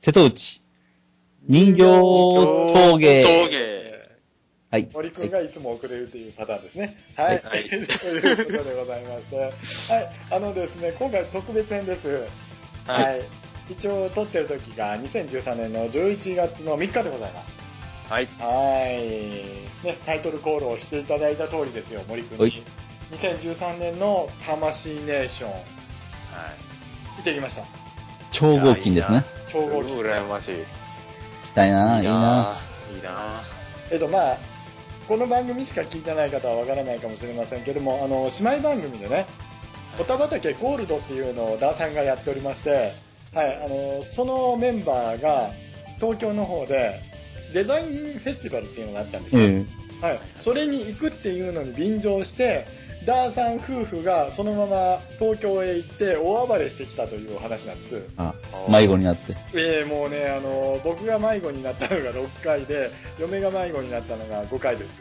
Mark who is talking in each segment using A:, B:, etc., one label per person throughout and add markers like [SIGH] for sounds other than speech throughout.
A: 瀬戸内、人形陶芸。
B: 陶芸。
A: はい。
C: 森くんがいつも遅れるというパターンですね。
A: は
C: はいい。
B: はい
C: [LAUGHS] ということでございまして。はい。あのですね、今回特別編です。
B: はい。
C: はい。一応撮ってる時が2013年の11月の3日でございます。
B: はい。
C: はい。ね、タイトルコールをしていただいた通りですよ、森くん
A: はい
C: に。2013年の魂ネーション、行ってきました。
A: 超合金ですね。
C: 超合金
B: すごい羨ましい。い
A: 行きたいなぁ、いいなぁ。
B: ぁ。いいなぁ。
C: えっと、まあ、この番組しか聞いてない方はわからないかもしれませんけども、あの、姉妹番組でね、おたばたけゴールドっていうのをダーさんがやっておりまして、はい、あの、そのメンバーが東京の方でデザインフェスティバルっていうのがあったんですよ。
A: え
C: はい、それに行くっていうのに便乗して、ダーさん夫婦がそのまま東京へ行って大暴れしてきたというお話なんです。
A: えあ、迷子になって。
C: えー、もうね、あの僕が迷子になったのが6回で、嫁が迷子になったのが5回です。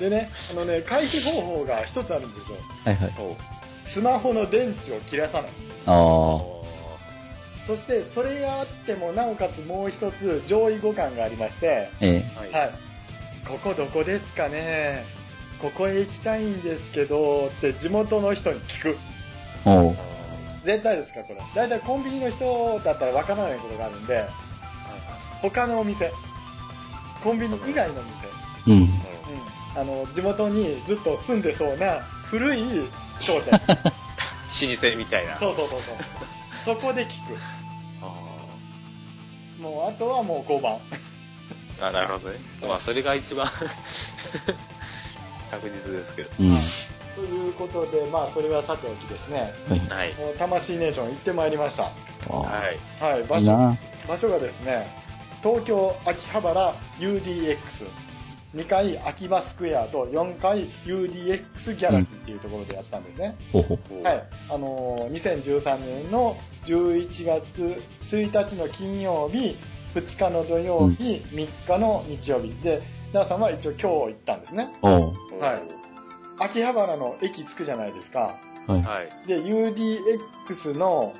C: でね、あのね、回避方法が一つあるんですよ。
A: はいはい。
B: おう
C: スマホの電池を切らさない。
A: あ
B: おう
C: そして、それがあっても、なおかつもう一つ上位互換がありまして、
A: あ、ええ。
B: はい。
C: はい。ここどこですかねここへ行きたいんですけど、って地元の人に聞く。
A: おう。
C: 絶対ですか、これ。だいたいコンビニの人だったらわからないことがあるんで、他のお店。コンビニ以外のお店。
A: うん。 [LAUGHS]
C: うん。あの、地元にずっと住んでそうな古い商
A: [LAUGHS]
C: 店。
B: 老舗みたいな。
C: そうそうそうそう。そこで聞く。
B: あ
C: もう、あとはもう5番。
B: ーあ、なるほどね。まあ、それが一番 [LAUGHS] 確実ですけど。
A: うん。
C: ということで、まあ、それはさておきですね。
A: はい。
B: はい。
C: もう、魂ネーション行ってまいりました。
A: あ
B: はい。
C: はい、
A: あ、
C: 場
A: いい
C: 所、
A: な
C: 場所がですね、東京秋葉原 UDX、2階秋葉スクエアと4階 UDX ギャラリーっていうところでやったんですね。
A: ほうほう。
C: はい。あのー2013年の11月1日の金曜日、2日の土曜日、3日の日曜日で、皆さんは一応今日行ったんですね。
A: おう。
B: おう
C: はい秋葉原の駅着くじゃないですか。
A: はい。
B: はい。
C: で、UDX の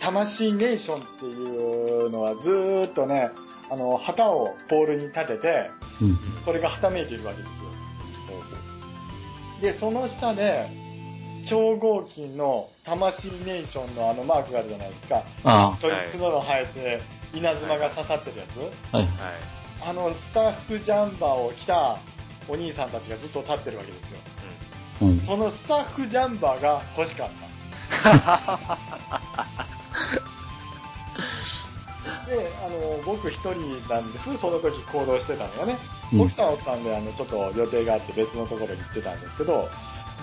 C: 魂ネーションっていうのはずーっとね、あの、旗をポールに立てて、
A: うん。
C: それがはためいているわけですよ。で、その下で、超合金の魂ネーションのあのマークがあるじゃないですか。
A: あ
C: ちょい角の生えて、稲妻が刺さってるやつ。
A: あ、はい。
B: はい。
C: あの、スタッフジャンバーを着たお兄さんたちがずっと立ってるわけですよ。 [LAUGHS]
A: うん。
C: そのスタッフジャンバーが欲しかった。であの僕一人なんですその時行動してたのがね、
A: うん
C: 奥さんは奥さんであのちょっと予定があって別のところに行ってたんですけど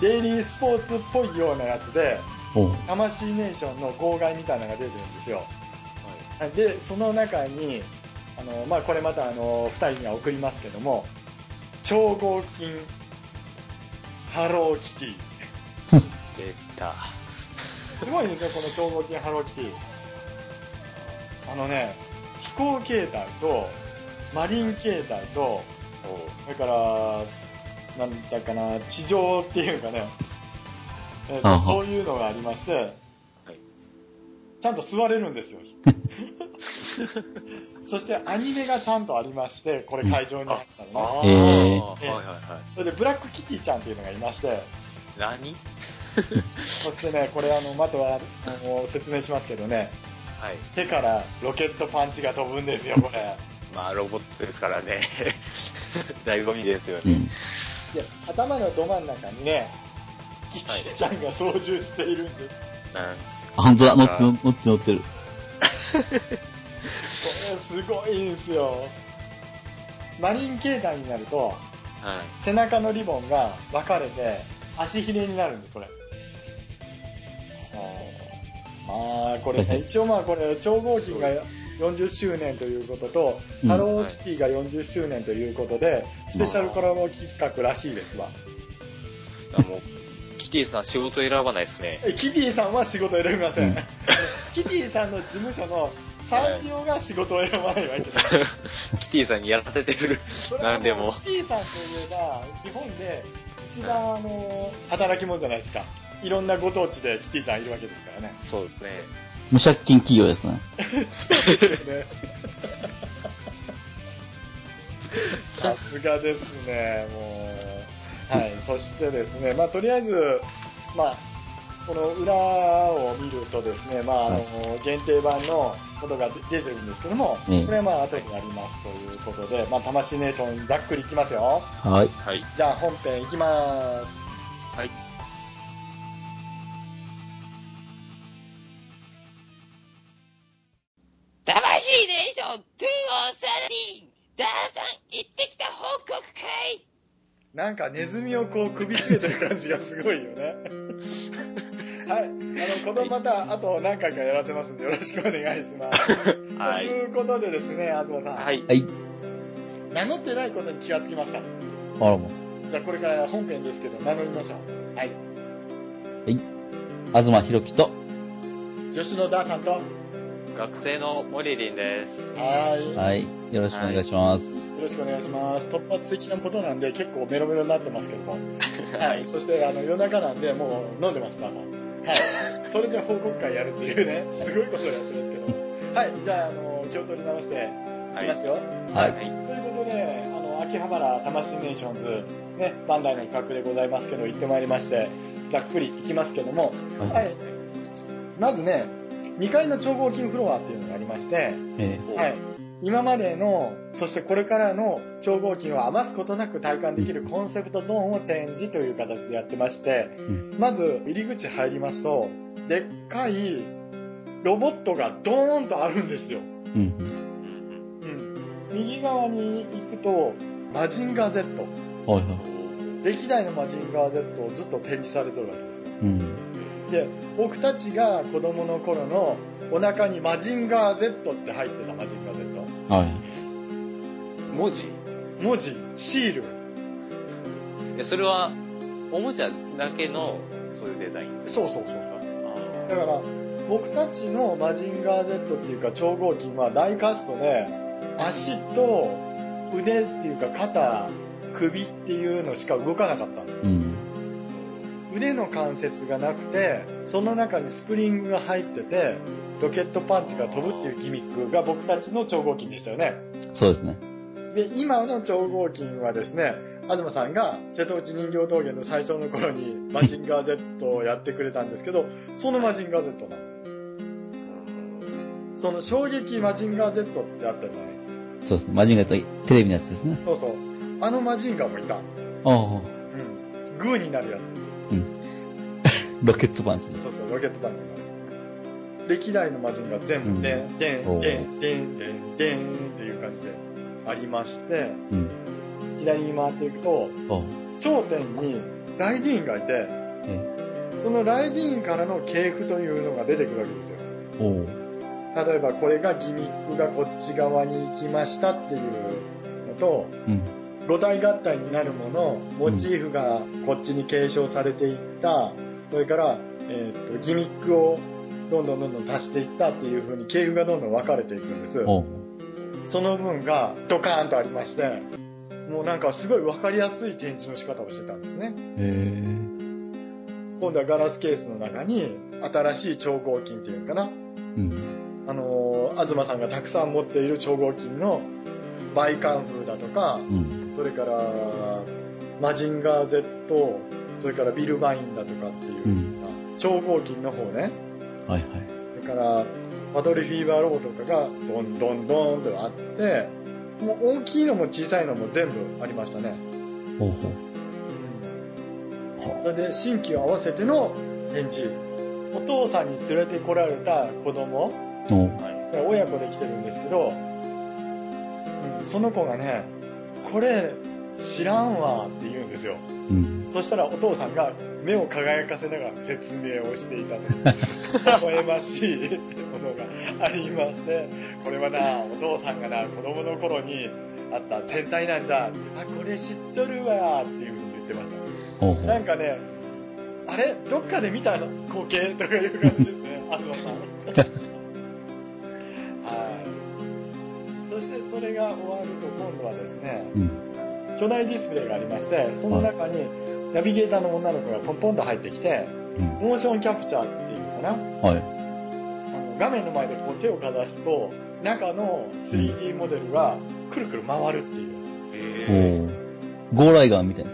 C: デイリースポーツっぽいようなやつで
A: おう。
C: 魂ネーションの号外みたいなのが出てるんですよでその中にあの、まあ、これまたあの2人には送りますけども超合金ハローキティ
B: 出た。
C: すごいんですよ、この超合金ハローキティ。あのね、飛行形態と、マリン形態と、それから、なんだかな、地上っていうかね、えっと
A: あは
C: そういうのがありまして、
B: はい
C: ちゃんと座れるんです
B: [LAUGHS]
C: よ。そしてアニメがちゃんとありまして、これ会場にあったのね。
B: あ
A: えー
B: はいはいは
C: それで、ブラックキティちゃんっていうのがいまして、
B: い。何
C: そしてね、これあの、または、あの、説明しますけどね、
B: はい。
C: 手からロケットパンチが飛ぶんですよ、これ。
B: まあ、ロボットですからね。 [LAUGHS] 醍醐味ですよ
A: う
B: ね。
A: ん。
C: で、頭のど真ん中にね、キキちゃんが操縦しているんです。
B: なん
A: あ、ほんとだ。乗って乗って乗ってる。
C: これすごいんですよ。マリン形態になると、
B: はい。
C: 背中のリボンが分かれて、足ひれになるんです、これ。まあ、これね、一応まあこれ、超合金が40周年ということと、
A: うん
C: ハローキティが40周年ということで、スペシャルコラボ企画らしいですわ。
B: あもう、キティさん仕事選ばないですね。 [LAUGHS]
C: えキティさんは仕事を選びませ
A: う
C: ん、
A: ん
C: [LAUGHS] キティさんの事務所の産業が仕事を選ばないわけです
B: キティさんにやらせてる。
C: それは
B: なんでも。
C: キティさんといえば日本で一番あの働き者じゃないですかいろんなご当地でキティさんいるわけですからね
B: そうですね。
A: 無借金企業ですね。
C: そうですね。さすがですね、もう。はい、そしてですね、まあ、とりあえず、まあ、この裏を見るとですね、まあ、あ
A: は
C: の
A: い、
C: 限定版のことが出てるんですけども、
A: ええ
C: これはまあ、後になりますということで、まあ、魂ネーションざっくりいきますよ。
A: はい。
B: [LAUGHS] はい。
C: じゃあ、本編いきます。
B: はい。
D: 魂伝承2013ダーさん行ってきた報告会
C: なんかネズミをこう首絞めてる感じがすごいよ
B: [LAUGHS]
C: ね。はい。あの、このまた、あと何回かやらせますんで、よろしくお願いします。
B: は
C: と
B: い。
C: いうことでですね、東さん。
B: はい。
A: はい。
C: 名乗ってないことに気がつきました。
A: あらも
C: じゃあ、これから本編ですけど、名乗りましょう。はい。
A: う。東博樹と、
C: 女子のダーさんと、は
B: 学生のモリリンです。
C: ーい。よ
A: はい。よろしくお願いします。
C: ろしくお願いします。突発的なことなんで、結構メロメロになってま
A: [LAUGHS]
C: すけども。は。
B: はいい。
C: そして、あの、夜中なんで、もう飲んでます、ダーさん。はい。それで報告会やるっていうね、すごいことをやってるんですけど。はい。じゃあ、あの、気を取り直して、い
B: は
C: き
B: い。
C: ますよ。
A: はい。
B: はい。
C: ということで、あの、秋葉原魂ネーションズ、ね、バンダイの企画でございますけど、行ってまいりまして、ざっくり行きますけども、
A: はい
C: はい。まずね、2階の超合金フロアっていうのがありまして、
A: え
C: はい。今までの、そしてこれからの超合金を余すことなく体感できるコンセプトゾーンを展示という形でやってまして、まず入り口入りますと、でっかいロボットがドーンとあるんですよ。
A: えうん。
B: うん
C: うん右側に行くと、マジンガー Z。
A: はいはい。
C: 歴代のマジンガー Z をずっと展示されてるわけですよ。
A: うん。
C: で、僕たちが子供の頃のお腹にマジンガー Z って入ってたマジンガー Z。
A: はい。
B: 文字
C: 文字、シール。
B: いやそれは、おもちゃだけの、そういうデザインです。
C: そうそうそうそう。
B: あ
C: だから、僕たちのマジンガー Z っていうか超合金は大カストで、足と腕っていうか肩、首っていうのしか動かなかったの。
A: うん。
C: 腕の関節がなくてその中にスプリングが入っててロケットパンチが飛ぶっていうギミックが僕たちの超合金でしたよね
A: そうですね。
C: で今の超合金はですね東さんが瀬戸内人形峠の最初の頃にマジンガー Z をやってくれたんですけどそのマジンガー Z なのその衝撃マジンガー Z ってあったじゃないですか
A: そうですね。マジンガーとテレビのやつですね。
C: そうそうあのマジンガーもいた
A: ああ。
C: うんグーになるやつ
A: ロケットパンチです。
C: そうそう、ロケットパンチになる歴代の魔人が全
A: うん
C: 部、でん、で
A: お
C: ん、
A: う
C: でん、でん、でん、でんっていう感じでありまして、
A: うん。
C: 左に回っていくと、
A: ああ。
C: 頂点にライディーンがいて、
A: え
C: そのライディーンからの系譜というのが出てくるわけですよ。
A: えおう。
C: 例えばこれがギミックがこっち側に行きましたっていうのと、
A: うん。
C: 五体合体になるものモチーフがこっちに継承されていった、それから、えーっとギミックをどんどんどんどん足していったっていう風に系譜がどんどん分かれていくんです
A: おう。
C: その分がドカーンとありましてもうなんかすごい分かりやすい展示の仕方をしてたんですね
A: へえ。
C: 今度はガラスケースの中に新しい超合金っていうのかな
A: うん。
C: あのー東さんがたくさん持っている超合金の倍感風だとか
A: うん。
C: それから、マジンガー Z、それからビルバインだとかってい
A: う
C: う、
A: ん
C: 超合金の方ね。
A: はいはい。
C: それから、パトリフィーバーロボとかがどんどんどんとあって、もう大きいのも小さいのも全部ありましたね。
A: ほうほう。
C: それで、新規を合わせての展示。お父さんに連れてこられた子供、
A: おう。
B: ーはい。
C: 親子で来てるんですけど、うんその子がね、これ知らんわって言うんですよ。
A: うん。
C: そしたらお父さんが目を輝かせながら説明をしていたという微笑ましいものがありましてこれはなお父さんがな子供の頃にあった戦隊なんじゃあこれ知っとるわっていうふうに言ってました
A: ほうほ
C: なん
A: う。
C: かねあれどっかで見た光景とかいう感じですね東さんはいそしてそれが終わると今度はですね、
A: うん。
C: 巨大ディスプレイがありまして、その中にナビゲーターの女の子がポンポンと入ってきて、
A: うん。
C: モーションキャプチャーっていうのかな、
A: はい。
C: あの画面の前でこう手をかざすと、中の 3D モデルがくるくる回るっていう。
A: お
B: え
A: ー。ゴーライガーみたいな。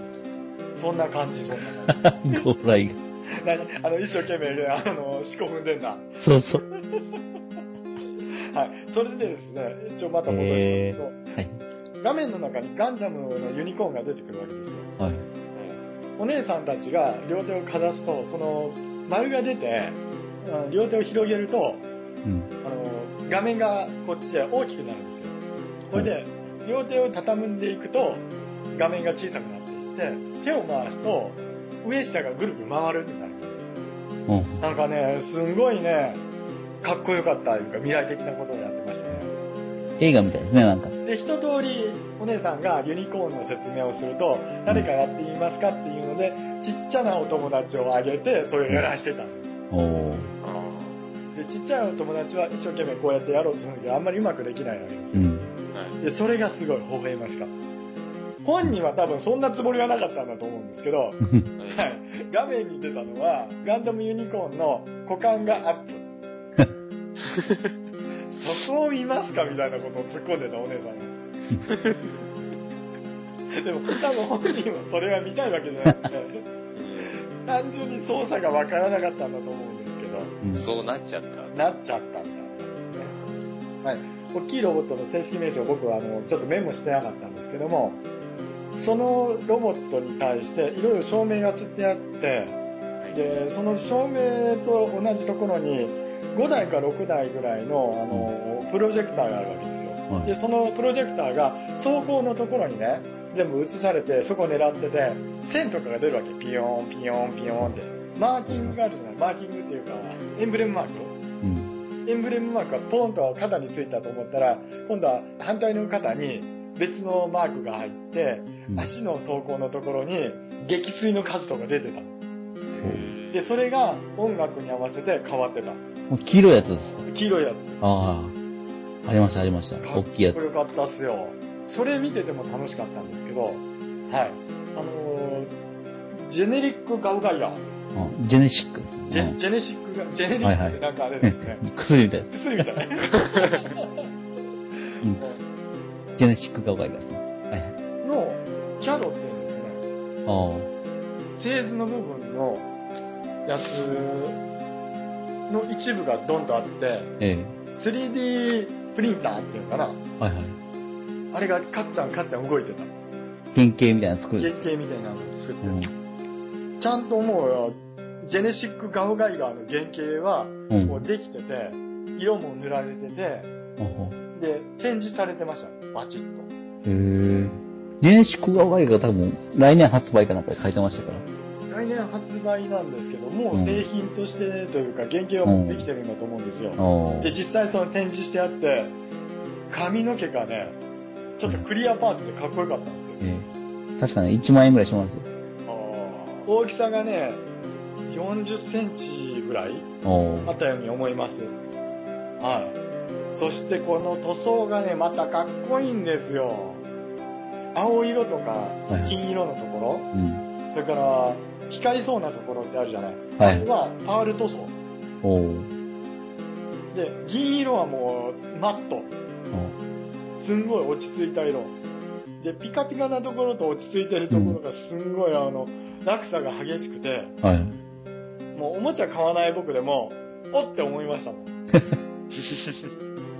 C: そんな感じ、そんな感
A: ゴーライガー。
C: じ。何あの、一生懸命、あの、思考踏んでんだ。
A: そうそう。
C: はい。それでですね、一応また戻しますけど、
A: はい。
C: 画面の中にガンダムのユニコーンが出てくるわけですよ。
A: はい。
C: お姉さんたちが両手をかざすと、その丸が出て、うん両手を広げると、
A: うん。
C: あの画面がこっちへ大きくなるんですよ。これで、両手を畳んでいくと、画面が小さくなっていって、手を回すと、上下がぐるぐる回るみたいな感じ。
A: うん。
C: なんかね、すんごいね、かっこよかったというか、未来的なことをやってましたね。
A: 映画みたいですね、なんか。
C: で、一通りお姉さんがユニコーンの説明をすると、誰かやってみますかっていうので、ちっちゃなお友達をあげて、それをやらしてたんですよ
A: おー。
C: で、ちっちゃいお友達は一生懸命こうやってやろうとするんだけど、あんまりうまくできないわけです
A: う
C: よ。
A: ん。
B: ーはい
C: で、それがすごい微笑ましかった。本人は多分そんなつもりはなかったんだと思うんですけど、はい、
B: はい
C: 画面に出たのは、ガンダムユニコーンの股間がアップ。 [LAUGHS] そこを見ますかみたいなことを突っ込んでたお姉さんが。でも、多分本人はそれは見たいわけじゃなくて、単純に操作がわからなかったんだと思うんですけど、
A: うん
B: そうなっちゃった。
C: なっちゃったみたいなんですね。はい。大きいロボットの正式名称を僕はあの、ちょっとメモしてなかったんですけども、そのロボットに対していろいろ照明がつってあって、
B: はい
C: で、その照明と同じところに5台か6台ぐらいのあの、プロジェクターがあるわけですよ。
A: はい
C: で、そのプロジェクターが走行のところにね、全部映されて、そこを狙ってて、線とかが出るわけ。ピヨーン、ピヨーン、ピヨーンって。マーキングがあるじゃない。マーキングっていうか、エンブレムマーク
A: うん。
C: エンブレムマークがポンと肩についたと思ったら、今度は反対の肩に別のマークが入って、
A: うん
C: 足の走行のところに撃墜の数とか出てたの。
B: うん
C: で、それが音楽に合わせて変わってた。
A: もう黄色いやつです。
C: 黄色いやつ。
A: ああ。ありました、ありました。
C: か
A: 大
C: っ
A: きいや
C: こ
A: つ。
C: よかったっすよ。それ見てても楽しかったんですけど、はい。あのージェネリックガウガイア、
A: うんジェネシックですね。
C: ジ
A: う
C: ェ
A: ん
C: ジェネシックが、ジェネリックってなんかあれですね。
A: 薬みたいです。
C: 薬みたいな。
A: ジェネシックが多いですね。はいはい。
C: の、キャロっていうんですね。
A: あ
C: 製図の部分のやつの一部がドンとあって、
A: あ。え
C: 3D プリンターっていうのかな。
A: え。はいはい。
C: あれがカッチャンカッチャン動いてた。
A: 原型みたいなの作るんです。
C: 原型みたいなのを作っ
A: う
C: て
A: ん。
C: る。ちゃんともう、ジェネシックガオガイガーの原型は、
A: うん
C: もうできてて、色も塗られてて、
A: ほうほう。
C: で、展示されてました。バチッ
A: へ
C: と。
A: え。ジェネシックが多いが多分、来年発売かなんかで書いてましたから。
C: 来年発売なんですけど、も
A: う
C: う
A: ん
C: 製品としてというか、原型はもうできてるんだと思うんですよ。
A: ああ
C: で、。実際その展示してあって、髪の毛がね、ちょっとクリアパーツでかっこよかったんですよ。
A: ええ確かね、1万円ぐらいしますよ。
C: 大きさがね、40センチぐらいあ
A: あ
C: ったように思います。はい。そしてこの塗装がね、またかっこいいんですよ。青色とか
A: い
C: 金色のとこ
A: あ。うん。
C: ろ、それから光りそうなところってあるじゃない。
A: は
C: あれ
A: い。
C: はパール塗装。
A: おー
C: で、銀色はもうマット。すんごい落ち着いた色。で、ピカピカなところと落ち着いてるところがすんごい、あの、落差が激しくて、
A: あ
C: [LAUGHS]
A: はい。
C: もうおもちゃ買わない僕でも、おって思いましたもん。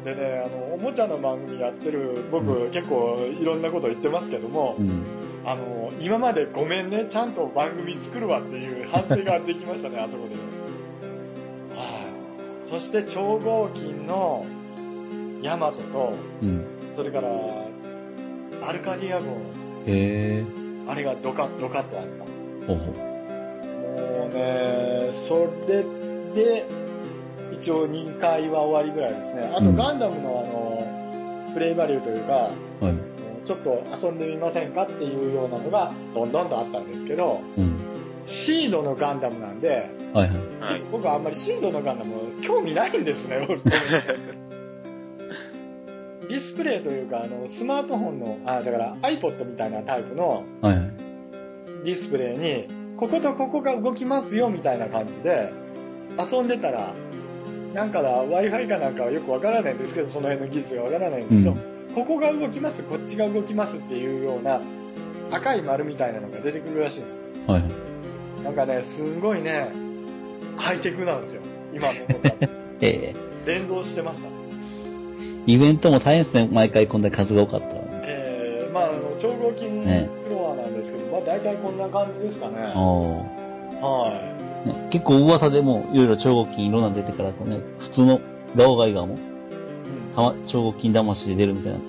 C: でね、あの、おもちゃの番組やってる僕、
A: う
C: 結構いろんなこと言ってますけども
A: う、ん。
C: あの、今までごめんね、ちゃんと番組作るわっていう反省ができました
A: [LAUGHS]
C: ね、あそこでね。はい。そして超合金のヤマトと、
A: うん。
C: それから、アルカディア号、
A: へえ。
C: あれがドカッドカッとあった。
A: ほうほう。
C: もうね、それで、一応2回は終わりぐらいですね。あと
A: うん
C: ガンダムのあの、プレイバリューというか、
A: はい。
C: ちょっと遊んでみませんかっていうようなのが、どんどんとあったんですけど、
A: うん。
C: シードのガンダムなんで、
A: はいはい。
B: は
C: ちょっ
B: い
C: と僕はあんまりシードのガンダム興味ないんですね、僕ディスプレイというか、あの、スマートフォンの、あ、だから iPod みたいなタイプの
A: はいはい。
C: ディスプレイに、こことここが動きますよみたいな感じで、遊んでたら、なんかだ Wi-Fi かなんかはよくわからないんですけどその辺の技術がわからないんですけど、
A: うん
C: ここが動きますこっちが動きますっていうような赤い丸みたいなのが出てくるらしいんです
A: はい。
C: なんかねすんごいねハイテクなんですよ今のもの
A: [LAUGHS]
C: が
A: え
C: 連動してました
A: ー、イベントも大変ですね。毎回こんな数が多かったら。
C: えーまああの超合金
A: ね
C: フロアなんですけど、まあ大体こんな感じですかね
A: おー
C: はい
A: ね結構噂でもいろいろ超合金いろんなの出てからこうね、普通のガオガイガーも
C: うん
A: たま超合金魂で出るみたいなの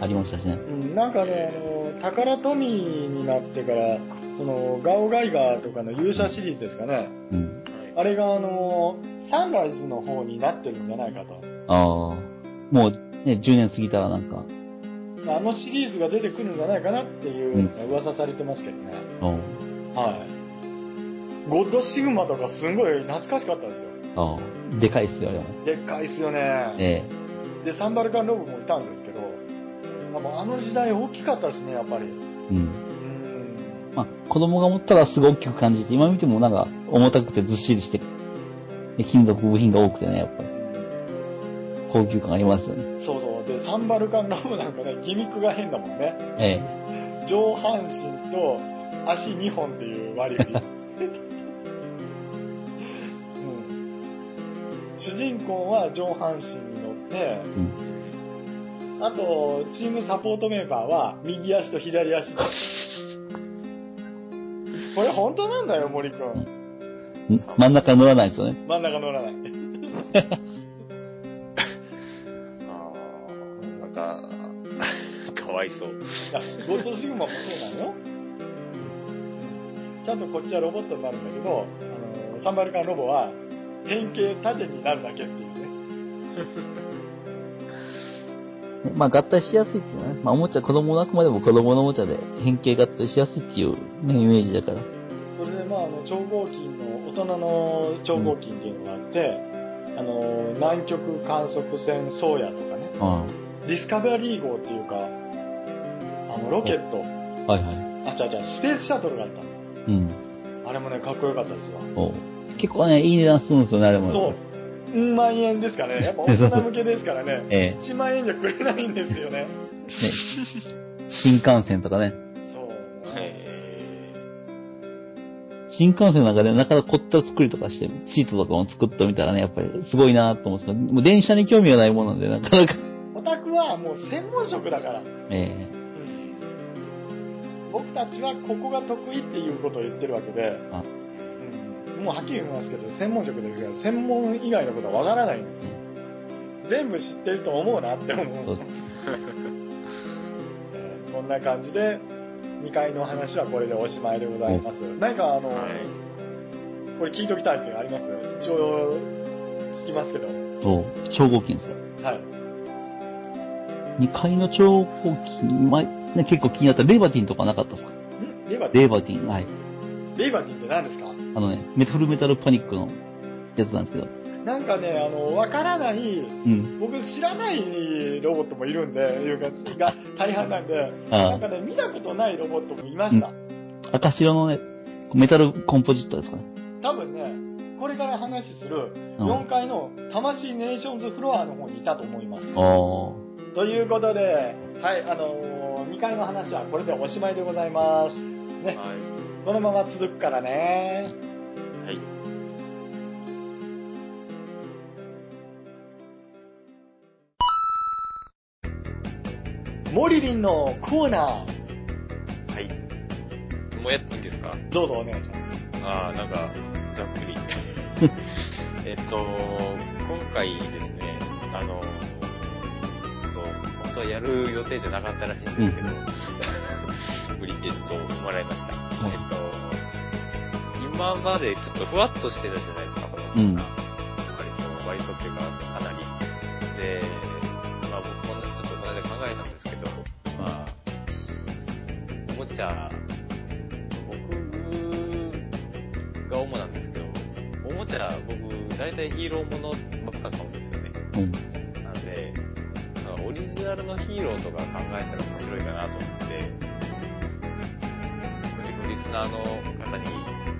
A: あありましたしね。
C: うん、なんかね、あの、タカラトミーになってから、その、ガオガイガーとかの勇者シリーズですかね。
A: うん。
C: あれが、あの、サンライズの方になってるんじゃないかと。
A: ああ。もうね、10年過ぎたらなんか、
C: あのシリーズが出てくるんじゃないかなっていうのが噂されてますけどね。
A: おー
C: はい。ゴッドシグマとかすんごい懐かしかったですよ。
A: ああ。でかいっすよ、あれも。
C: でっかいっすよね。
A: え
C: で、サンバルカンロブもいたんですけど、やっぱあの時代大きかったですね、やっぱり。
A: えうん。
C: うん。
A: まあ、子供が持ったらすごい大きく感じて、今見てもなんか重たくてずっしりして、で金属部品が多くてね、やっぱり高級感ありますよね。
C: そうそう。で、サンバルカンロブなんかね、ギミックが変だもんね。
A: ええ
C: 上半身と足2本っていう割り振り、うん、主人公は上半身に乗って、あとチームサポートメンバーは右足と左足でこれ本当なんだよ森くん
A: ん真ん中に乗らないですよね。
C: 真ん中乗らないうん
B: あーなんか、か [LAUGHS] わいそう。
C: ゴッドシグマもそうなのよちゃんとこっちはロボットになるんだけどあのサンバルカンロボは変形縦になるだけっていうね
A: ねまあ合体しやすいっていうのはね、まあおもちゃ、子供のあくまでも子供のおもちゃで変形合体しやすいっていう、ね、イメージだから。
C: それでまああの超合金の大人の超合金っていうのがあって、あの南極観測船ソーヤとかね
A: あ
C: ディスカバリー号っていうかあのロケット
A: あ、はいはい。
C: あ違う違うスペースシャトルがあった
A: う
C: の
A: ん。
C: あれもねかっこよかったですわ
A: おう結構ね、いい値段するんですよね、あれも。
C: そううん万円ですかねやっぱ大人向けですからね
A: ええ
C: 1万円じゃくれないんですよね
A: ね新幹線とかね。
C: そうね
B: え
A: 新幹線なんかね、なかなか凝った作りとかして、シートとかも作ってみたらね、やっぱりすごいなと思うんですけど、もう電車に興味がないものなんで、なかなか。
C: オタクはもう専門職だから
A: え
C: 僕たちはここが得意っていうことを言ってるわけで
A: あ、
C: うんもうはっきり言いますけど専門職で言うから専門以外のことはわからないんですよ全部知ってると思うなって
A: え
C: 思
A: そうう
C: えーそんな感じで2回の話はこれでおしまいでございます何かあの、
B: ーはい。
C: これ聞いときたいっていうのあります一応聞きますけどは
A: そう超合金ですか。
C: い
A: 2階の超合金、前、ね、結構気になったレイバティンとかなかったですか
C: んレイバティ
A: レイバティン、はい。
C: ンレイバティンって何ですか
A: あのね、メタフルメタルパニックのやつなんですけど。
C: なんかねあのわからない
A: うん。
C: 僕知らないロボットもいるんで、いうか、が大半なんで、な
A: あ
C: んかね、見たことないロボットもいました。
A: あ、赤白のね、メタルコンポジットですかね。
C: 多分ね、これから話する
A: うん
C: 4階の魂ネーションズフロアの方にいたと思います。
A: あ
C: ということで、はい、あのー、2階の話はこれでおしまいでございます。ね、
B: はい。
C: このまま続くからね。
B: はい。
C: モリリンのコーナー、
B: はい。もうやっていいんですか
C: どうぞお願いします。
B: ああ、なんか、ざっくり。えっと、今回ですね、あの、ちょっと、本当はやる予定じゃなかったらしいんですけど、 [LAUGHS] ブリテストをもらいました。
A: い
B: えっと、今までちょっとふわっとしてたじゃないですか、このコ
A: うん
B: ーナー割と、割とっていうか、かなり。で、まあ僕もちょっとこの間考えたんですけど、まあ、おもちゃ、僕が主なんですけど、おもちゃ、僕、大体ヒーローものばっか買うんですよね。
A: あ。うん。
B: なんで、なんかオリジナルのヒーローとか考えたら面白いかなと思って、それこそリスナーの方に、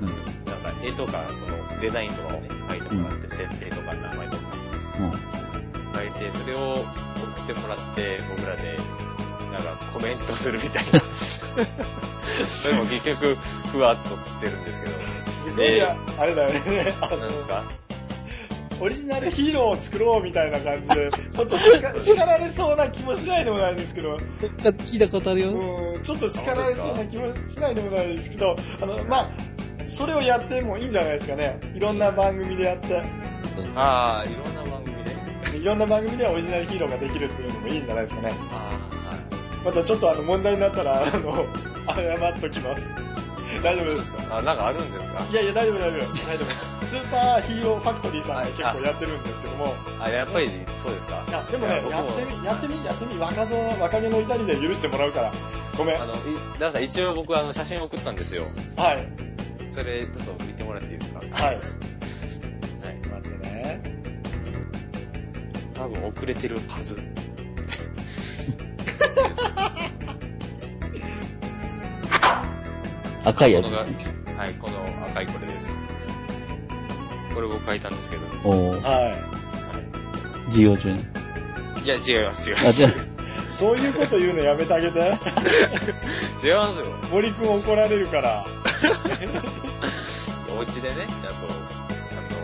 A: うん。
B: なんか絵とか、そのデザインとかをね、書いてもらって、設定とか名前とか、
A: うん。
B: 書いて、それを送ってもらって、僕らで、なんかコメントするみたい [LAUGHS] な。それも結局、ふわっと捨てるんですけど。
C: すごい、
B: えー
C: あれだよね。あ
B: なんですか
C: オリジナルヒーローを作ろうみたいな感じで、ちょっと叱叱られそうな気もしないでもないんですけ
A: ど
C: ど、
A: っかで聞いたことあるよ。
C: うん、ちょっと叱られそうな気もしないでもないですけど、あの、まあ、それをやってもいいんじゃないですかね。いろんな番組でやって、
B: ああ、いろんな番組で。
C: いろんな番組でオリジナルヒーローができるっていうのもいいんじゃないですかね。
B: ああ、はい。
C: またちょっとあの問題になったら、あの、謝っときます。大丈夫です。
B: あ、なんかあるんですか
C: いやいや、大丈夫大丈夫。大丈夫。スーパーヒーローファクトリーさんが結構やってるんですけども、
B: あ、やっぱりそうですか
C: い。や、でもね、
B: い
C: や
B: 僕
C: ってみ、やってみ、やってみ、若造、若気の至りで許してもらうから。ごめん。
B: あ
C: はい。
B: の、いダンさん、一応僕、あの、写真送ったんですよ。
C: はい。
B: それ、ちょっと見てもらっていいですかはい。
C: 待ってね。
B: 多分遅れてるはず。
A: 赤いやつ
B: こ
A: で
B: のが
A: すね。
B: はい、この赤いこれです。これ僕書いたんですけど。は
A: おー、
C: はい
A: 授業中に。
B: い。いや、違います、違いま
A: あ、
B: す。
C: [LAUGHS]
A: じゃ
C: い。そういうこと言うのやめてあげ [LAUGHS] て。
B: 違いますよ。
C: 森くん怒られるから。
B: お家でね、ちゃんと、あ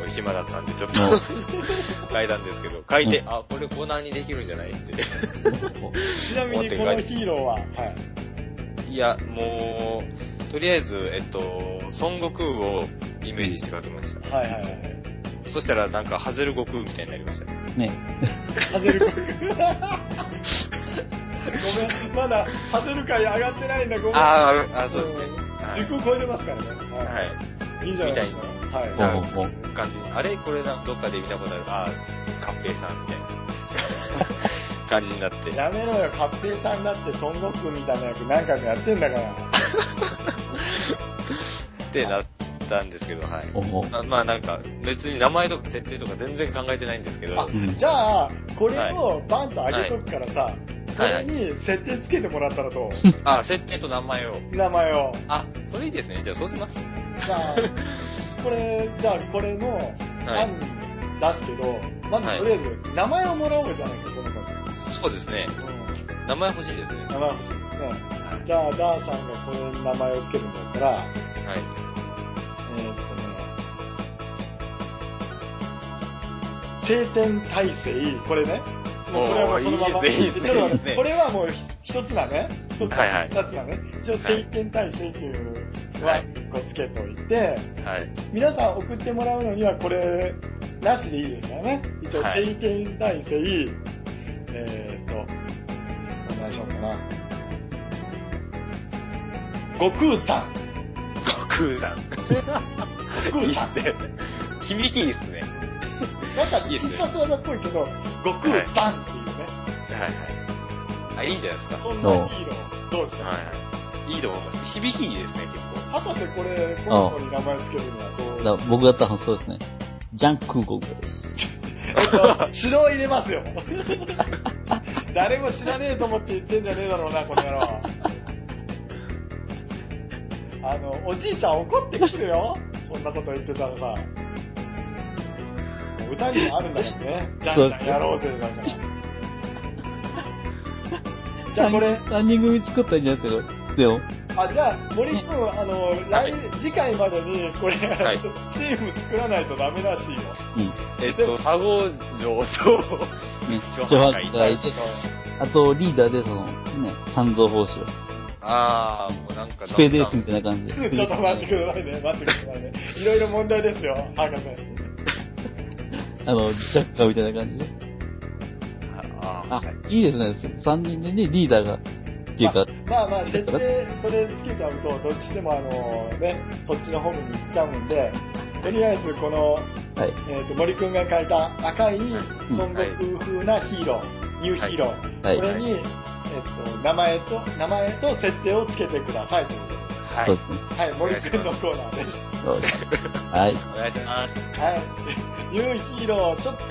B: の、暇だったんで、ちょっと [LAUGHS] 書いたんですけど、書いて、
A: う
B: あ、これコーナーにできるんじゃないって。
C: ち
B: [LAUGHS]
C: なみにこのヒーローは、はい。
B: いや、もう、とりあえず、えっと、孫悟空をイメージして書きました。
C: はいはいはい。
B: そしたら、なんか、ハゼル悟空みたいになりましたね。
A: あ、ね。
C: ハゼル君。ごめん、まだハゼル回上がってないんだ、ごめん。
B: あーあ、そうですね。
C: 10個超えてますからね。。
B: はいい。
C: いいんじゃないですか。
A: お
C: は
B: な
A: ー
B: んか
A: おー
B: 感じにあれこれな、どっかで見たことある。あー、カッペイさんみたい [LAUGHS] な感じになって
C: い。。やめろよ、カッペイさんだって孫悟空みたいな役何回もやってんだから。
B: ってなったんですけど、はい。
A: おー
B: まあ、まあなんか、別に名前とか設定とか全然考えてないんですけど、
C: あ
A: う
B: は
A: ん
C: じゃあ、これをバンと上げとくからさ、こ
B: いは
C: れ
B: い。
C: に設定つけてもらったらと、
B: あ、設定と名前を。
C: [LAUGHS] 名前を。
B: あ、それいいですね。じゃあそうします。
C: じゃ
B: [LAUGHS]
C: あ、これ、じゃあこれの
B: はい
C: 案出すけど、まずとりあえず、名前をもらおうじゃないか、この子。
B: そうですね。
C: うん
B: 名前欲しいですね。
C: 名前欲しいですね。
B: はい。
C: じゃあ、ダーさんがこれに名前をつけるんだったら、
B: はい
C: えーっとね、晴天大聖、これね。もうこれはもうそのまま。
B: おーいいですねいいですね
C: ちょっと待っ
B: いいですね
C: てこれはもう一つだね。一つだ
B: はいは
C: ね。
B: い
C: 二つだね。一応晴天大聖っていうのは
B: はい
C: 一個つけといて、
B: はい。
C: 皆さん送ってもらうのにはこれ、なしでいいですからね。一応
B: はい
C: 晴天大聖、えーっと、お願いしようかな。悟空さん。
B: 悟空だ。
C: 悟
B: いい
C: 空さ
B: っ
C: ん
B: す。ね。響きいいっすね。
C: なんか
B: いいっすね
C: 必殺技っぽいけど、悟空さんっていうね、
B: はいはい。あ、いいじゃないですか。
C: そんなヒーロー、どうですか、
B: はい。いいと思います。響きいいですね、結構。
C: 博士これ、この子に名前つけるのはどう
A: だ
C: です
A: 僕だったらそうですね。ジャンクーゴン
C: か指導入れます [LAUGHS] よ。誰も知らねえと思って言ってんじゃねえだろうな、この野郎。あの、おじいちゃん怒ってくるよ。そんなこと言ってたらさ。歌にもあるんだから [LAUGHS] ね。じゃんじゃんやろうぜ、だ [LAUGHS] から。じゃあこれ
A: 3人組作ったんじゃないですけど。でも、
C: あ、じゃあ、森くん、あの、来、次回までに、これ、
B: い
C: [LAUGHS] チーム作らないとダメらしいよ。
A: うん。
B: えっと、砂防城と、
A: ね、
B: 上
A: 上
B: 海
A: 海がいて、 [LAUGHS] あとリーダーでその、ね、三蔵法師を。
B: あー、もうなんか、
A: スペーデースみたいな感じで。
C: [LAUGHS] ちょっと待ってくださいね、待ってくださいね。いろいろ問題ですよ、博士。
A: あの、ジャッカーみたいな感じで。
B: ああ
A: あ
B: ー、はい、
A: いいですね。3人でね、リーダーが、っていうか、
C: まあまあ、設定、それつけちゃうと、どっちでもあの、ね、そっちのホームに行っちゃうんで、とりあえず、この、
A: はい。
C: えっ、と、森くんが書いた赤い孫悟空風なヒーロー、ニューヒーロー。
A: はい
C: これに、えっ、と、名前と、名前と設定をつけてくださいということで。
B: は
A: そう
B: い
A: ですね。
C: はい、森くんのコーナーです。
A: そうです。はい。
B: お願いします。
C: はい。ニューヒーロー、ちょっと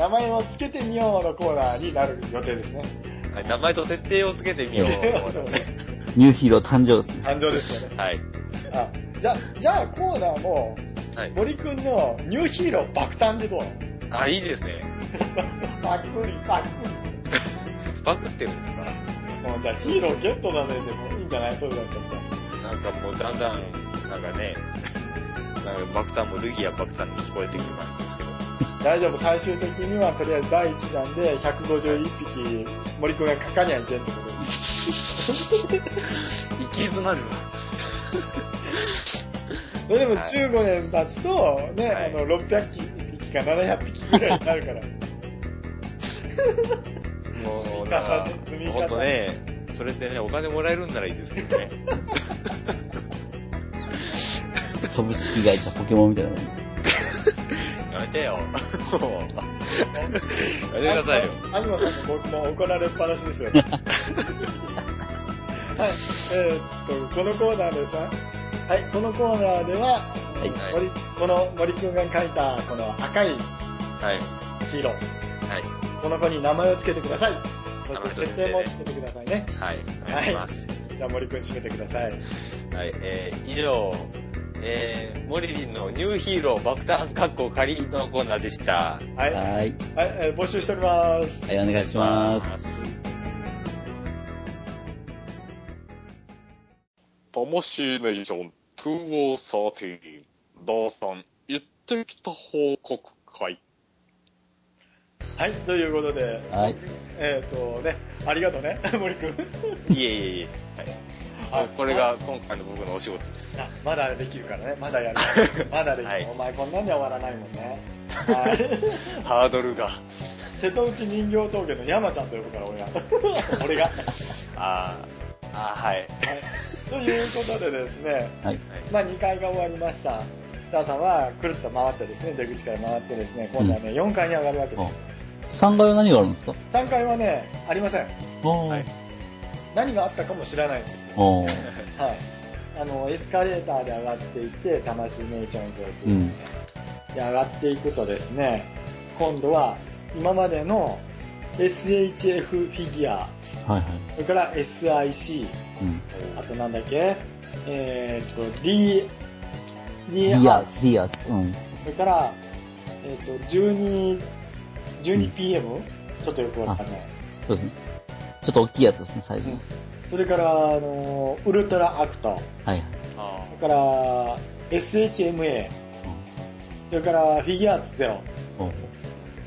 C: 名前をつけてみようのコーナーになる予定ですね。
B: はい、名前と設定をつけてみよう。
C: そうです
A: ニューヒーロー誕生
C: [LAUGHS]
A: ですね。
C: 誕生ですよね。
B: はい。
C: あじゃ、じゃあコーナーも、
B: はい。
C: [LAUGHS] 森くんのニューヒーロー爆誕でどう
B: あ、いいですね。 [LAUGHS]
C: パクリ、パクリ。
B: バグってるんですか
C: もうじゃあヒーローゲットだねでもいいんじゃないそうだったら
B: なんかもうだんだん、なんかね、 [LAUGHS] なんか爆弾もルギア爆弾に聞こえてくる感じですけど。
C: 大丈夫、最終的にはとりあえず第1弾で151匹森くんがかかにゃいけんってことです。
B: 行き詰まるわ。
C: それでも
B: はい
C: 15年経つと、ね、
B: はい
C: あの、600匹か700匹ぐらいになるから。
B: もう、
C: 積み重ね積み重ね
B: だからほんとね、それってね、お金もらえるんならいいですけどね。 [LAUGHS]
A: 株式会社ポケモンみたいなのに。
B: やめて [LAUGHS] よ。もうやめてくださいよ。
C: アニマさんも僕も怒られっぱなしです
B: [LAUGHS]
C: よ。はい。えーっと、このコーナーでさ、はい、このコーナーでは、
A: い
B: はい
C: 森この森くんが描いたこの赤い
B: はい。
C: ヒーロー、
B: はい。
C: この子に名前をつけてください。そ
B: 名
C: し
B: 前を
C: て
B: つ
C: 設定もつけ
B: けて
C: てくださいね。
B: はい。お願いします。
C: じゃあ森くん締めてください。
B: はい。えー、以上、えー、モリリンのニューヒーロー爆弾カッコ仮のコーナーでした。
C: はい。はい、
A: はい。
C: えー募集しております。
A: はい、お願いします。
E: 魂ネーション2013ダーさん行ってきた報告会
C: はい、ということで、
A: はい。
C: えーっ、とね、ありがとうね、 [LAUGHS] 森くん。
B: いえいえいえ。はい、これ
C: あ
B: が今回の僕のお仕事です。
C: あまだできるからね、まだ
B: [LAUGHS]
C: やる。まだできる。
B: はい
C: お前こんなんで終わらないもんね。
B: [LAUGHS]
C: はい。
B: ハードルが。
C: 瀬戸内人形峠の山ちゃんと呼ぶから、俺
B: [LAUGHS]
C: が。俺が。はい
B: あーあー、はい。
C: ということでですね、
A: はい。
C: まあ2回が終わりました。ダーさんはくるっと回ってですね、出口から回ってですね、今度はね、4階に上がるわけです。
A: 3階は何があるんですか
C: 3階はね、ありません。
A: あ
B: は
A: ー
B: い
C: 何があったかも知らないんですよ。
A: あー。
C: はい。あの、エスカレーターで上がっていって、魂ネーションズを
A: うん。うん。
C: で上がっていくとですね、今度は今までの SHF フィギュア、
A: はいはい。
C: それから SIC、
A: うん。
C: あとなんだっけ、えーっと、D、
A: デ
C: D
A: ィ
C: ア
A: ア
C: ー
A: ツ、ディアツ。うん。
C: それから、えーっと、12、12PM、ちょっとよくわかんない。
A: そうですね。ちょっと大きいやつですね、サイズ。
C: それから、あのー、ウルトラアクト、
A: はいはい。
B: あ
C: それから SHMA、それからフィギュアーツゼロ、
A: おー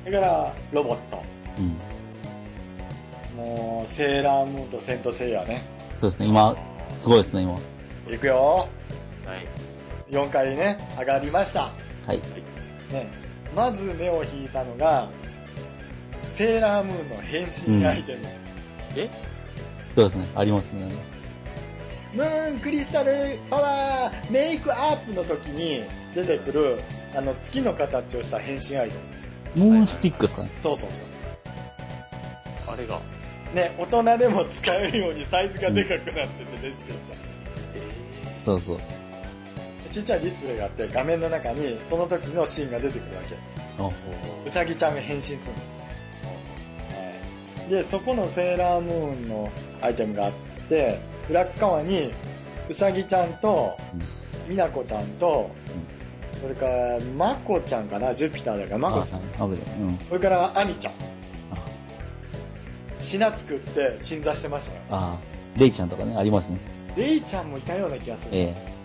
C: それからロボット。
A: うん。
C: もう、セーラームーンとセントセイヤね。
A: そうですね、今、すごいですね、今。は
C: 行くよ。
B: あ。はい。
C: 4階ね、上がりました。
A: い。
C: ね、まず目を引いたのが、セーラームーンの変身アイテム。
B: え
A: そうですね、ありますね。
C: ムーンクリスタルパワーメイクアップの時に出てくる、あの、月の形をした変身アイテムです。
A: ムーンスティックですかね。
C: そうそうそうそ
B: あれが。
C: う。ね、大人でも使えるようにサイズがでかくなってて出てき
B: え
A: そうそう。
C: た。ちっちゃいディスプレイがあって、画面の中にその時のシーンが出てくるわけ。
A: お
C: うさぎちゃんが変身するのはいで、そこのセーラームーンのアイテムがあって、ブラックカワに、うさぎちゃんと、みなこちゃんと、それから、まこちゃんかな、ジュピターだから、まこちゃん。
A: あマコちゃんうん。
C: それから、あみちゃん。
A: あ
C: しなつくって、鎮座してましたよ。
A: あー、レイちゃんとかね、ありますね。
C: レイちゃんもいたような気がする。
A: ええ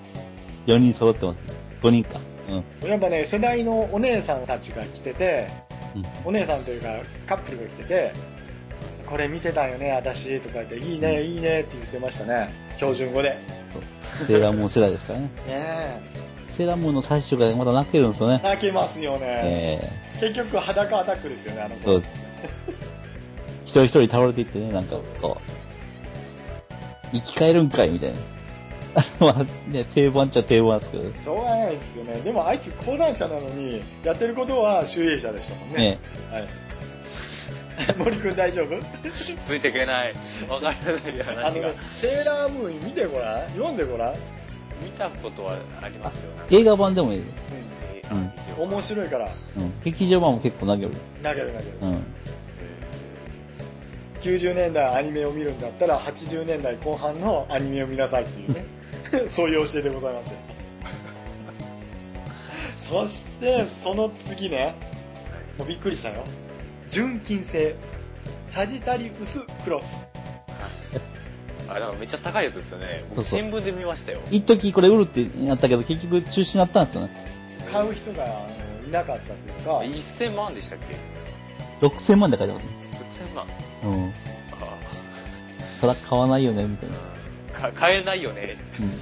A: 4人揃ってます。5人か。うん。
C: やっぱね、世代のお姉さんたちが来てて、
A: うん。
C: お姉さんというか、カップルが来てて、これ見てたよね、私、とか言って、いいね、いいねって言ってましたね。標準語で。
A: セーラームーン世代ですからね。 [LAUGHS]
C: ねえ。
A: セーラームーンの最終回がまだ泣けるんですよね。
C: 泣けますよね。
A: え
C: 結局裸アタックですよね、あの
A: えそう
C: 子。
A: です。一人一人倒れていってね、なんかこう、生き返るんかいみたいな。 [LAUGHS] まあ、ね、定番っちゃ定番ですけど。ね
C: しょうがないですよね。でもあいつ講談社なのに、やってることは集英社でしたもんね。はい。 [LAUGHS] 森くん大丈夫
B: ーついていけない。わからない
C: あの
B: 話が
C: ね。、セーラームーン見てごらん。読んでごらん。
B: 見たことはありますよ。なんか
A: 映画版でもいいよ。
B: え
A: うん
B: ー一応
C: 面白いから、
A: うん。劇場版も結構投げる。
C: 投げる投げる。
A: うん。
C: 90年代アニメを見るんだったら、80年代後半のアニメを見なさいっ
A: [LAUGHS]
C: ていうね、そういう教えでございますよ。そして、その次ね、もうびっくりしたよ。純金星、サジタリウスクロス。
B: あ、なんかめっちゃ高いやつですよね。僕
A: そうそう
B: 新聞で見ましたよ。
A: 一時これ売るってなったけど、結局中止になったんですよね。
C: 買う人があのいなかったっていうか、
B: 1000万でしたっけ
A: 6000万で買いたかっ
B: ?6000 万。
A: た。うん。
B: あ
A: そら買わないよね、みたいな。
B: あ。か、買えないよね。
A: うん。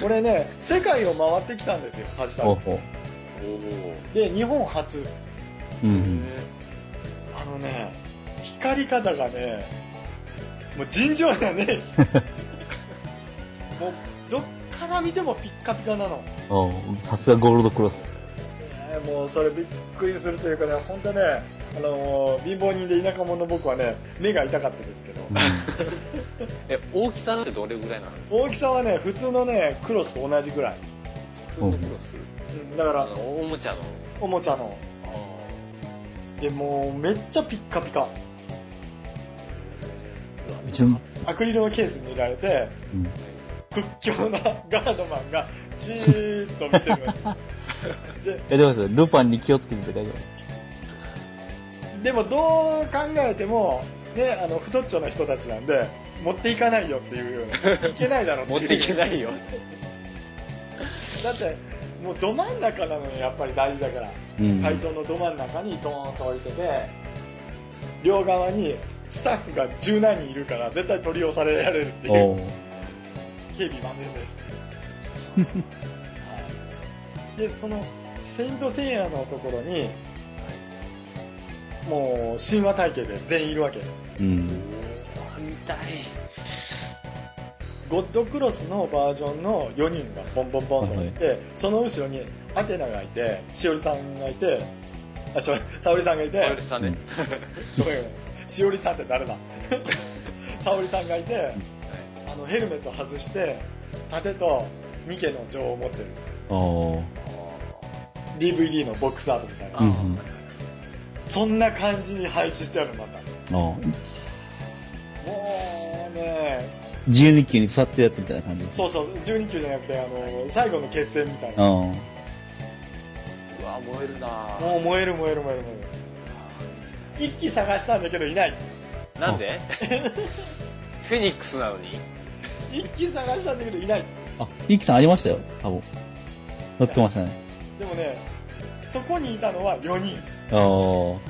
C: これね、世界を回ってきたんですよ、サジタリ
A: ほう
C: ウス
A: ほ。う。
B: おお。
C: で、日本初。
A: うんう。
B: うん
C: あのね、光り方がね、もう尋常だ [LAUGHS] ね。もう、どっから見てもピッカピカなの。
A: おうさすがゴールドクロス。
C: ねもうそれびっくりするというかね、本当ね、あのー貧乏人で田舎者の僕はね、目が痛かったですけど、
A: う
C: [LAUGHS]
B: え、大きさってどれぐらいなんですか
C: 大きさはね、普通のね、クロスと同じぐらい。
A: うん
B: フードクロス
C: うんだか
B: あ
C: ら、
B: の、おもちゃの。
C: おもちゃの。で、もうめっちゃピッカピカ。
A: んうちの、
C: アクリルのケースに入れられて、
A: うん。
C: 屈強なガードマンがじーっと見てる。で
A: え、でもさ、ルパンに気をつけて大丈
C: でもどう考えても、ね、あの太っちょな人たちなんで持っていかないよっていうようないけないだろう
B: [LAUGHS] 持っていけ
C: い
B: ないよ。
C: だってもうど真ん中なのにやっぱり大事だから、
A: 夫。うん。
C: 会長のど真ん中にドーンと置いてて両側にスタッフが10何人いるから絶対取り押されられるってい
A: お
C: う
A: う。
C: 警備万全です、はい、でそのセイント・セイヤのところにもう神話体系で全員いるわけ
A: うん。
B: あ、見たい。
C: ゴッドクロスのバージョンの4人がボンボンボンといて、その後ろにアテナがいて、しおりさんがいて、あ、しおり、沙織さんがいて
B: パウ、ルさんね。
C: ごめんごめんしおりさんって誰だ [LAUGHS] 沙織さんがいて、あの、ヘルメット外して、盾とミケの女王を持ってる。
A: おう。
C: DVD のボックスアートみたいな。
A: うん
C: そんな感じに配置してある、また。
A: おう。
C: もうね、
A: 自由に球に座ってるやつみたいな感じ。
C: そうそう、12球じゃなくて、あの、最後の決戦みたいな。
A: おう。
B: うわ、燃えるなぁ。
C: もう燃える燃える燃える燃える。一機探したんだけどいない。
B: なんでフェニックスなのに
C: 一機探したんだけどいない。
A: あ、イキさんありましたよ、多分。乗ってましたね。
C: でもね、そこにいたのは4人。
A: おー。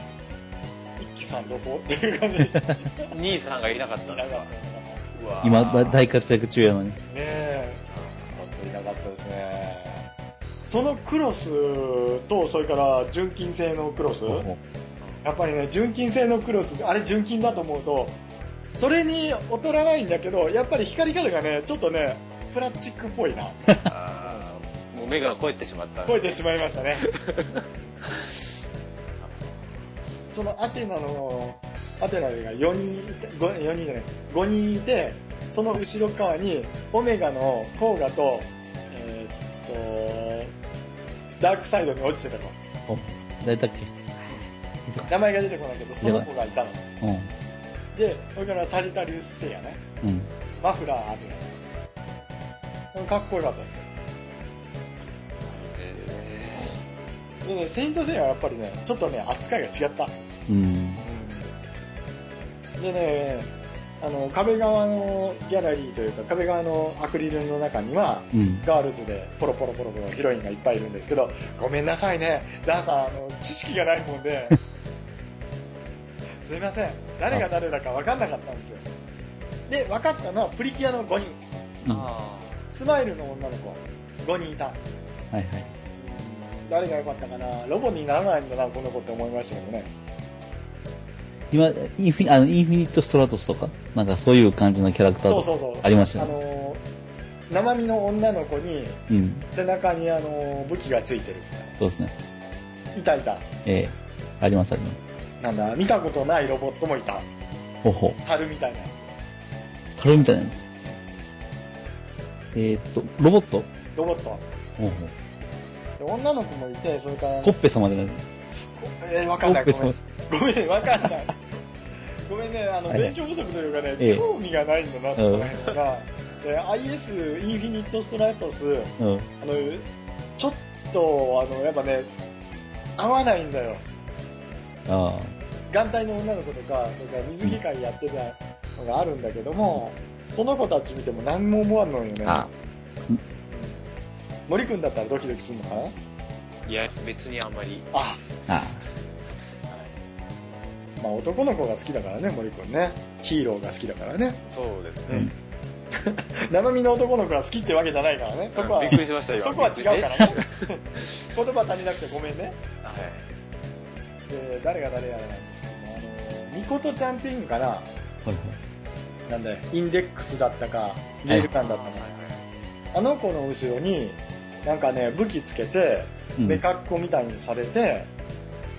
C: 一機さんどこっていう感じで
A: [LAUGHS]
C: した。いなか
B: 兄さんがいなかったん
C: ったい
B: です
C: な
B: か
C: かった
B: うわぁ
A: 今、だ大活躍中やのに。
C: ねえ、ちょっといなかったですね。そのクロスと、それから純金製のクロス。
A: おう
C: やっぱりね、純金製のクロス、あれ純金だと思うと、それに劣らないんだけど、やっぱり光り方がね、ちょっとね、プラスチックっぽいな。
B: あーもう目が超えてしまった。
C: 超えてしまいましたね。そのアテナの、アテナが4人いて、5, 4人じゃない、5人いて、その後ろ側に、オメガのコーガと、えーっと、ダークサイドに落ちてた子。
A: おう誰だっけ
C: 名前が出てこないけど、その子がいたの。
A: うん。
C: で、それからサジタリウス星やね。
A: うん。
C: マフラーあるやつ。でもかっこよかったですよ。でね、セイントセイヤはやっぱりね、ちょっとね、扱いが違った。
A: うん。
C: でね、あの、壁側のギャラリーというか、壁側のアクリルの中には、
A: うん。
C: ガールズでポロポロポロポロヒロインがいっぱいいるんですけど、ごめんなさいね、ダンさん、あの、知識がないもんで、 [LAUGHS] すいません、誰が誰だか分かんなかったんですよ。で、分かったのはプリキュアの5人、
A: うんは
B: あ
C: スマイルの女の子、5人いた。
A: いはい。
C: 誰が良かったかな、ロボにならないんだな、この子って思いましたけどね。
A: 今、インフィあのインフィニットストラトスとか、なんかそういう感じのキャラクターと
C: そう
A: か
C: そうそう。
A: ありました
C: あ
A: よね。
C: のー生身の女の子に
A: うん。
C: 背中にあのー武器がついてる。
A: そうですね。
C: いたいた。
A: ええありますあります。
C: なんだ、見たことないロボットもいた。
A: ほうほう。
C: 樽みたいなや
A: 樽みたいなやつ。えーっと、ロボット
C: つ。ロボット。
A: ほうほう。
C: で女の子もいて、それから、
A: コッペ様じゃない
C: こえー、わ
A: コ
C: かん
A: ッ
C: ない。
A: ペ
C: ご
A: 様
C: めん。。ごめん、わかんない。ごめんね、あの、
A: はいはい
C: 勉強不足というかね、
A: ええ
C: 興味がないんだな、そこら辺が。で、IS、インフィニットストラトス、
A: うん。
C: あの、ちょっと、あの、やっぱね、合わないんだよ。
A: ああ。
C: 眼帯の女の子とか、それから水着会やってたのがあるんだけども、その子たち見ても何も思わんのよね。
B: あ
C: 森くんだったらドキドキするのかない
B: や、別にあんまり。
C: あ、
A: あ
C: まあ男の子が好きだからね、森くんね。ヒーローが好きだからね。
B: そうです
A: あ。うん
B: ね。。
C: 生身の男の子が好きってわけじゃないからね。そこは、
B: びっくりしましたよ。
C: そこは違うからね。 [LAUGHS] 言葉足りなくてごめんね。
B: えはい。
C: で、誰が誰やらなんですけども、あの、みことちゃんっていうのかな
A: はい
C: なんだよ、インデックスだったか、レールガンだったか、あの子の後ろに、なんかね、武器つけて、
A: うん
C: 目かっこみたいにされて、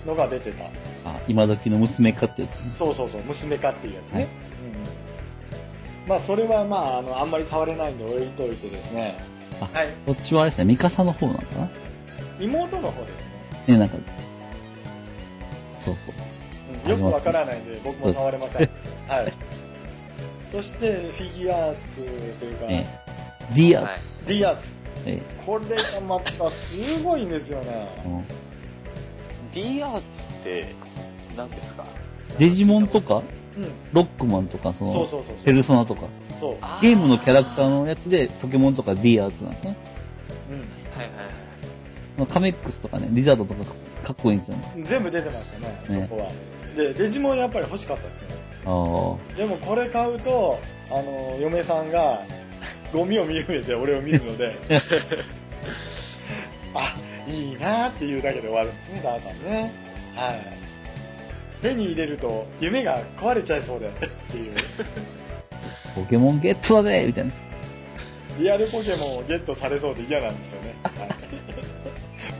C: のが出てた。
A: あ、今時の娘かってやつ。
C: そうそうそう、娘かっていうやつ
A: はい
C: ね。うん、まあ、それはまあ、あの、あんまり触れないんで置いといてですね。
A: あ
C: はい。
A: こっちはあれですね、ミカサの方なのかな
C: 妹の方ですね。
A: ね、なんか、そうそう。
C: うんよくわからないんで、僕も触れません。はい。そして、フィギュアーツというか、
A: ええ。D ア
B: は
A: ー
B: い
A: ツ。。
C: ディアーツ。
A: え
C: これがまたすごいんですよ
A: え。
C: ね。
A: うん
B: D アーツって、何ですか
A: デジモンとか、
C: うん。
A: ロックマンとか、そ
C: そう
A: の、
C: そうそうそ
A: ペ
C: う。
A: ルソナとか、
C: そう。
A: ゲームのキャラクター。のやつで、ポケモンとか D アーツなんですね。
C: う
B: はいはいはい。
A: まあカメックスとかね、リザードとかかっこいいんですよね。
C: ん。全部出てましたね、
A: ね
C: そこは。で、デジモンやっぱり欲しかったですね。
A: ああ。
C: でもこれ買うと、あの、嫁さんが、ゴミを見る目で俺を見る
A: [LAUGHS]
C: ので、 [LAUGHS] あ、いいなーっていうだけで終わるんですね、ダーさんね。はい。手に入れると、夢が壊れちゃいそうで、っ
A: [LAUGHS]
C: ていう。
A: ポケモンゲットだぜみた
C: [LAUGHS]
A: いな。
C: リアルポケモンをゲットされそうで嫌なんですよね。はい、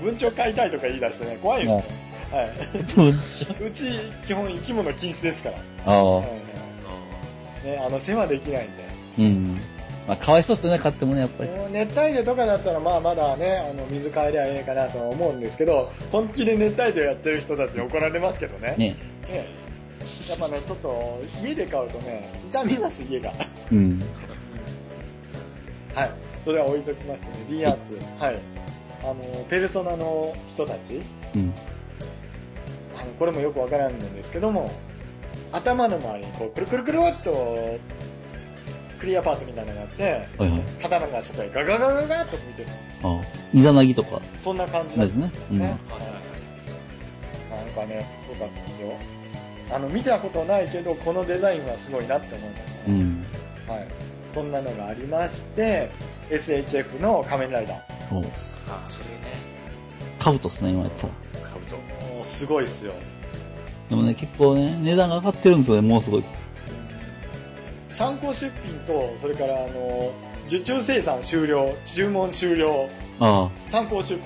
C: 文鳥買いたいとか言い出してね、怖いんですよ。は
A: どうしよう
C: い、うち、基本生き物禁止ですから。
A: あ
C: はい
A: あ。
B: あ
C: は
B: ー
C: いね、あの、世話できないんで。
A: うん。まあ、かわいそうっすよね、買ってもね、やっぱり。
C: もう熱帯魚とかだったら、まあまだね、あの、水変えりゃええかなとは思うんですけど、本気で熱帯魚やってる人たちに怒られますけどね。
A: ね。
C: ねやっぱね、ちょっと、家で買うとね、痛みます、家が。 [LAUGHS]
A: うん。
C: はい、それは置いときましてね、D アーツ、はい、あのペルソナの人たち、
A: うん。
C: あのこれもよくわからんんですけども、頭の周りにこうくるくるくるっとクリアパーツみたいなのがあって、
A: はいはい。
C: 刀がちょっとガガガガガっと見てる、
A: ああ。イザナギとか。
C: そんな感じ
A: そ
C: な
A: うです
C: ん
A: ね
C: です
A: うん。
C: ね
A: あ。
B: はいはいはい
C: なんかね、良かったですよ。あの見たことないけど、このデザインはすごいなって思いました
A: う
C: ね。
A: ん。
C: はい、そんなのがありまして、SHF の仮面ライダー。
A: おう
B: あー、それね。
A: カブトっすね、今やったら。
B: カブト。
C: もうすごいっすよ。
A: でもね、結構ね、値段が上がってるんですよね、もうすごい。
C: 参考出品と、それから、あの、受注生産終了、注文終了、
A: ああ。
C: 参考出品っ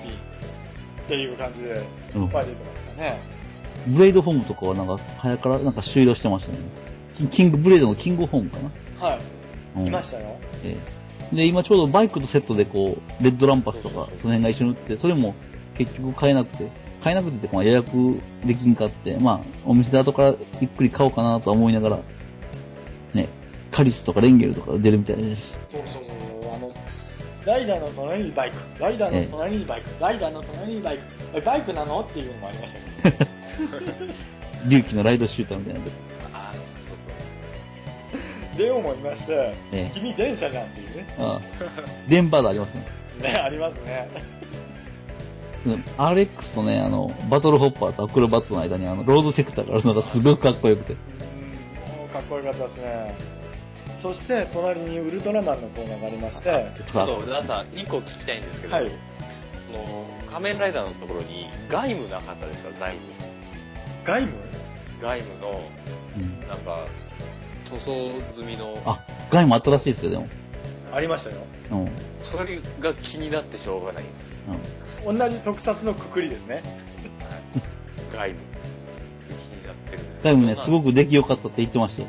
C: ていう感じで、
A: うん
C: いっぱい出てましたね。
A: ブレイドホームとかはなんか、早からなんか終了してましたね。キキング、ブレイドのキングホームかな。
C: はい。
A: うん
C: いましたよ。
A: ええで、今ちょうどバイクとセットでこう、レッドランパスと
B: そう
A: か
B: そうそう、
A: その辺が一緒に売って、それも結局買えなくて、買えなくてっていうか、まあ予約できんかって、まあ、お店で後からゆっくり買おうかなとは思いながら、ね、カリスとかレンゲルとか出るみたいですし。
C: そうそうそう。あの、ライダーの隣にバイク、ライダーの隣にバイク、ライダーの隣にバイク、え、バイクなのっていうのもありましたけど。
A: 隆起のライドシューターみたいなんで。
B: ああ、そうそうそう。
C: で、思いまして、
A: ええ
C: 君電車じゃんっていうね。
A: ああ。電波でありますね。
C: ね、 [LAUGHS] ありますね。
A: アレックスとね、あの、バトルホッパーとアクロバットの間にあの、ロードセクターがあるのがすごくかっこよくて。
C: うんもうかっこよかったですね。そして、隣にウルトラマンのコーナーがありまして、はい。
A: と
B: ちょ
A: か
B: っ、と、ダンさん、2個聞きたいんですけど、
C: はい。
B: その、仮面ライダーのところに、ガイムなかったですか、ガイム。
C: 外務
B: ガイムの、
A: うん
B: なんか、塗装済みの、
A: あ、ガイもあったらしいですよ、でも。
C: ありましたよ。
A: うん。うん
B: それが気になってしょうがないんです。
C: 同じ特撮のくくりですね。
B: ガイム。気になってるんですけど。
A: ガイもね、すご
B: く。
A: く出来良かったって言ってましたよ。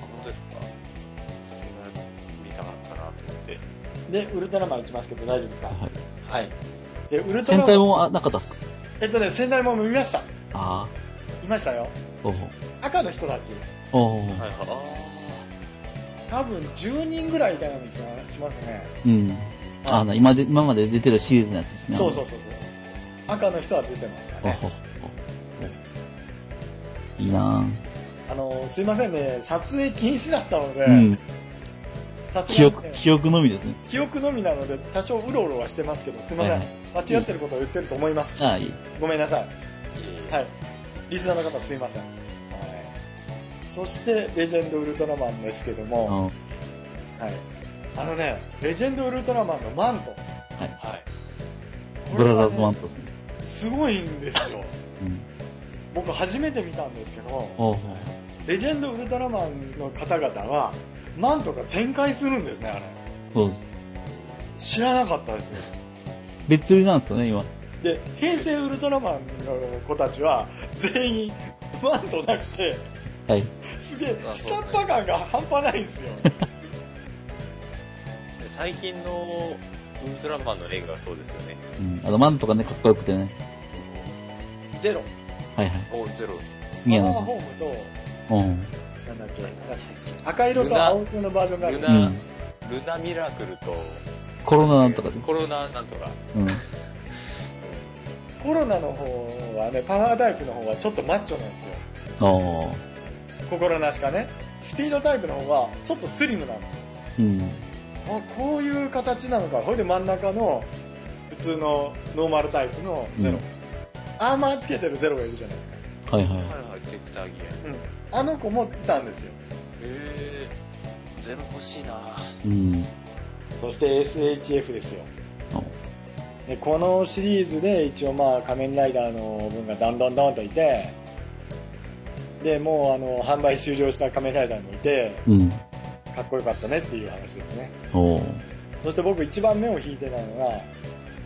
B: 本当ですかそれが見たかったなと思って。
C: で、ウルトラマン行きますけど大丈夫ですか
A: はい。
C: はい。で、ウルト
A: 戦
C: ラマ
A: 隊
C: ン、
A: もあなかったっすか
C: えっとね、仙台も見ました。
A: あ
C: いましたよ。
A: あ、おう
C: 赤の人たち、
A: おう
B: はいはい。あ
C: 多分10人ぐらいいたような気がしますね。
A: うん。あの、今で、今まで出てるシリーズのやつですね。
C: そうそう
A: そ
C: そうそう。赤の人は出てました
A: おう
C: ね。
A: おうおういいな
C: あのすいませんね、撮影禁止だったので、
A: ぁ。うん。
C: さす
A: 記
C: がに
A: 憶、
C: ね、
A: 記憶のみですね。
C: 記憶のみなので、多少うろうろはしてますけど、すいません、
A: はい
C: 間違ってることを言ってると思います。
A: ああ、いい。
C: ごめんなさい。
B: え
C: はい。リスナーの方すいません。はい。そして、レジェンドウルトラマンですけど
A: う
C: も、
A: ん。は
C: はい。あのね、レジェンドウルトラマンのマント。
A: い。
B: はい。
A: ブラザーズマン
C: ト。
A: トですね。
C: すごいんですよ。
A: うん。
C: 僕初めて見たんですけど、
A: ほうほ
C: レジェンドウルトラマンの方々は、マントが展開するんですね、あれ。
A: うそうです。
C: 知らなかったですね。
A: 別売りなんですよね、今。
C: で、平成ウルトラマンの子たちは、全員、マントなくて、
A: はい。
C: すげえ、
B: あそう
C: 下
B: ね
C: っ端感が半端ないん
B: [LAUGHS]
C: ですよ。
B: で最近のウルトラマンの映画はそうですよね。
A: うん。あの、マントがね、かっこよくてね。
C: ゼロ。
A: はいはい。
B: おゼロ。
C: パ
A: 宮
C: ワー
A: 野
C: ホーム
A: さん。うん。
C: と、なんだっけ、赤色と青色のバージョンがある
B: ル。
A: う
B: ナ、
A: ん。
B: ルナミラクルと、
A: コロナなんとかで。
B: コロナなんとか。
A: うん。
C: コロナの方はね、パワータイプの方はちょっとマッチョなんですよ。
A: ああ。
C: 心なしかね。スピードタイプの方はちょっとスリムなんですよ。
A: うん。
C: あ、こういう形なのか。ほいで真ん中の普通のノーマルタイプのゼロ。
A: うん
C: アーマーつけてるゼロがいるじゃないですか。
A: はいはい。
B: はいはい、デクターギア。
C: うん。あの子もいたんですよ。
B: えー、ゼロ欲しいな
A: うん。
C: そして SHF ですよ。
A: あ
C: でこのシリーズで一応まあ仮面ライダーの分がだんだんだんといて、で、もうあの、販売終了した仮面ライダーもいて、
A: うん。
C: かっこよかったねっていう話ですね。
A: おう
C: そして僕一番目を引いてたのが、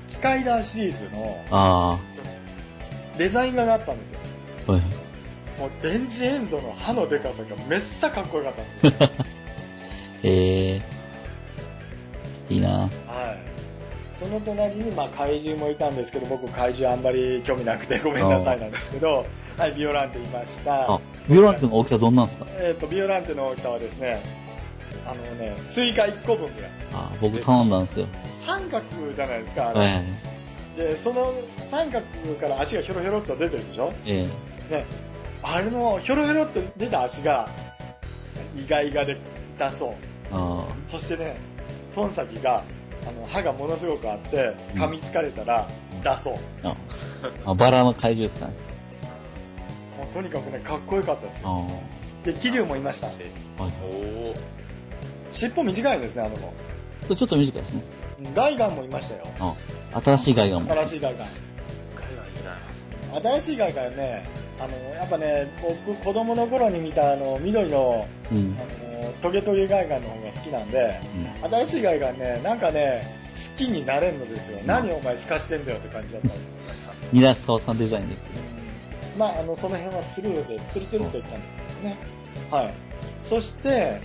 C: 機械ダーシリーズの
A: あ
C: デザイン画があったんですよ。
A: あ。 [LAUGHS] はい。
C: もう電磁エンドの歯のデカさがめっさかっこよかったん
A: [LAUGHS]
C: ですよ。
A: ええいいな
C: はい。その隣に、まあ、怪獣もいたんですけど、僕、怪獣あんまり興味なくてごめんなさいなんですけど、はい、ビオランテいました。
A: あ、ビオランテの大きさどんなんすか
C: えっ、と、ビオランテの大きさはですね、あのね、スイカ1個分ぐらい。
A: あー僕頼んだんですよ。
C: 三角じゃないですか、あれ
A: はいはい。
C: で、その三角から足がひょろひょろっと出てるでしょ
A: ええ
C: ね。あれのひょろひょろっと出た足が、意外がで痛そう。
A: あ
C: そしてね、トン先が、あの、歯がものすごくあって、噛みつかれたら痛そう。
A: あ。ああ。バラの怪獣ですかね。
C: もうとにかくね、かっこよかったです
A: あ
C: よ。
A: あ。は
C: で、桐生もいました。
A: いはい
B: お。おー
C: 尻尾短いですね、あの子。
A: これちょっと短いですね。
C: うんガイガンもいましたよ。
A: ああ。新しい外眼も。
C: 新しいガイガン。
B: ガイガンいいな
C: 新しいガイガンね、あの、やっぱね、僕、子供の頃に見た、あの、緑の、
A: うん。
C: あの、トゲトゲガイガンの方が好きなんで、
A: うん
C: 新しいガイガンね、なんかね、好きになれんのですよ。何お前透かしてんだよって感じだった。
A: ニラスカワさんデザインですよ。
C: まあ、あの、その辺はスルーで、ツルツルといったんですけどね。はい。そして、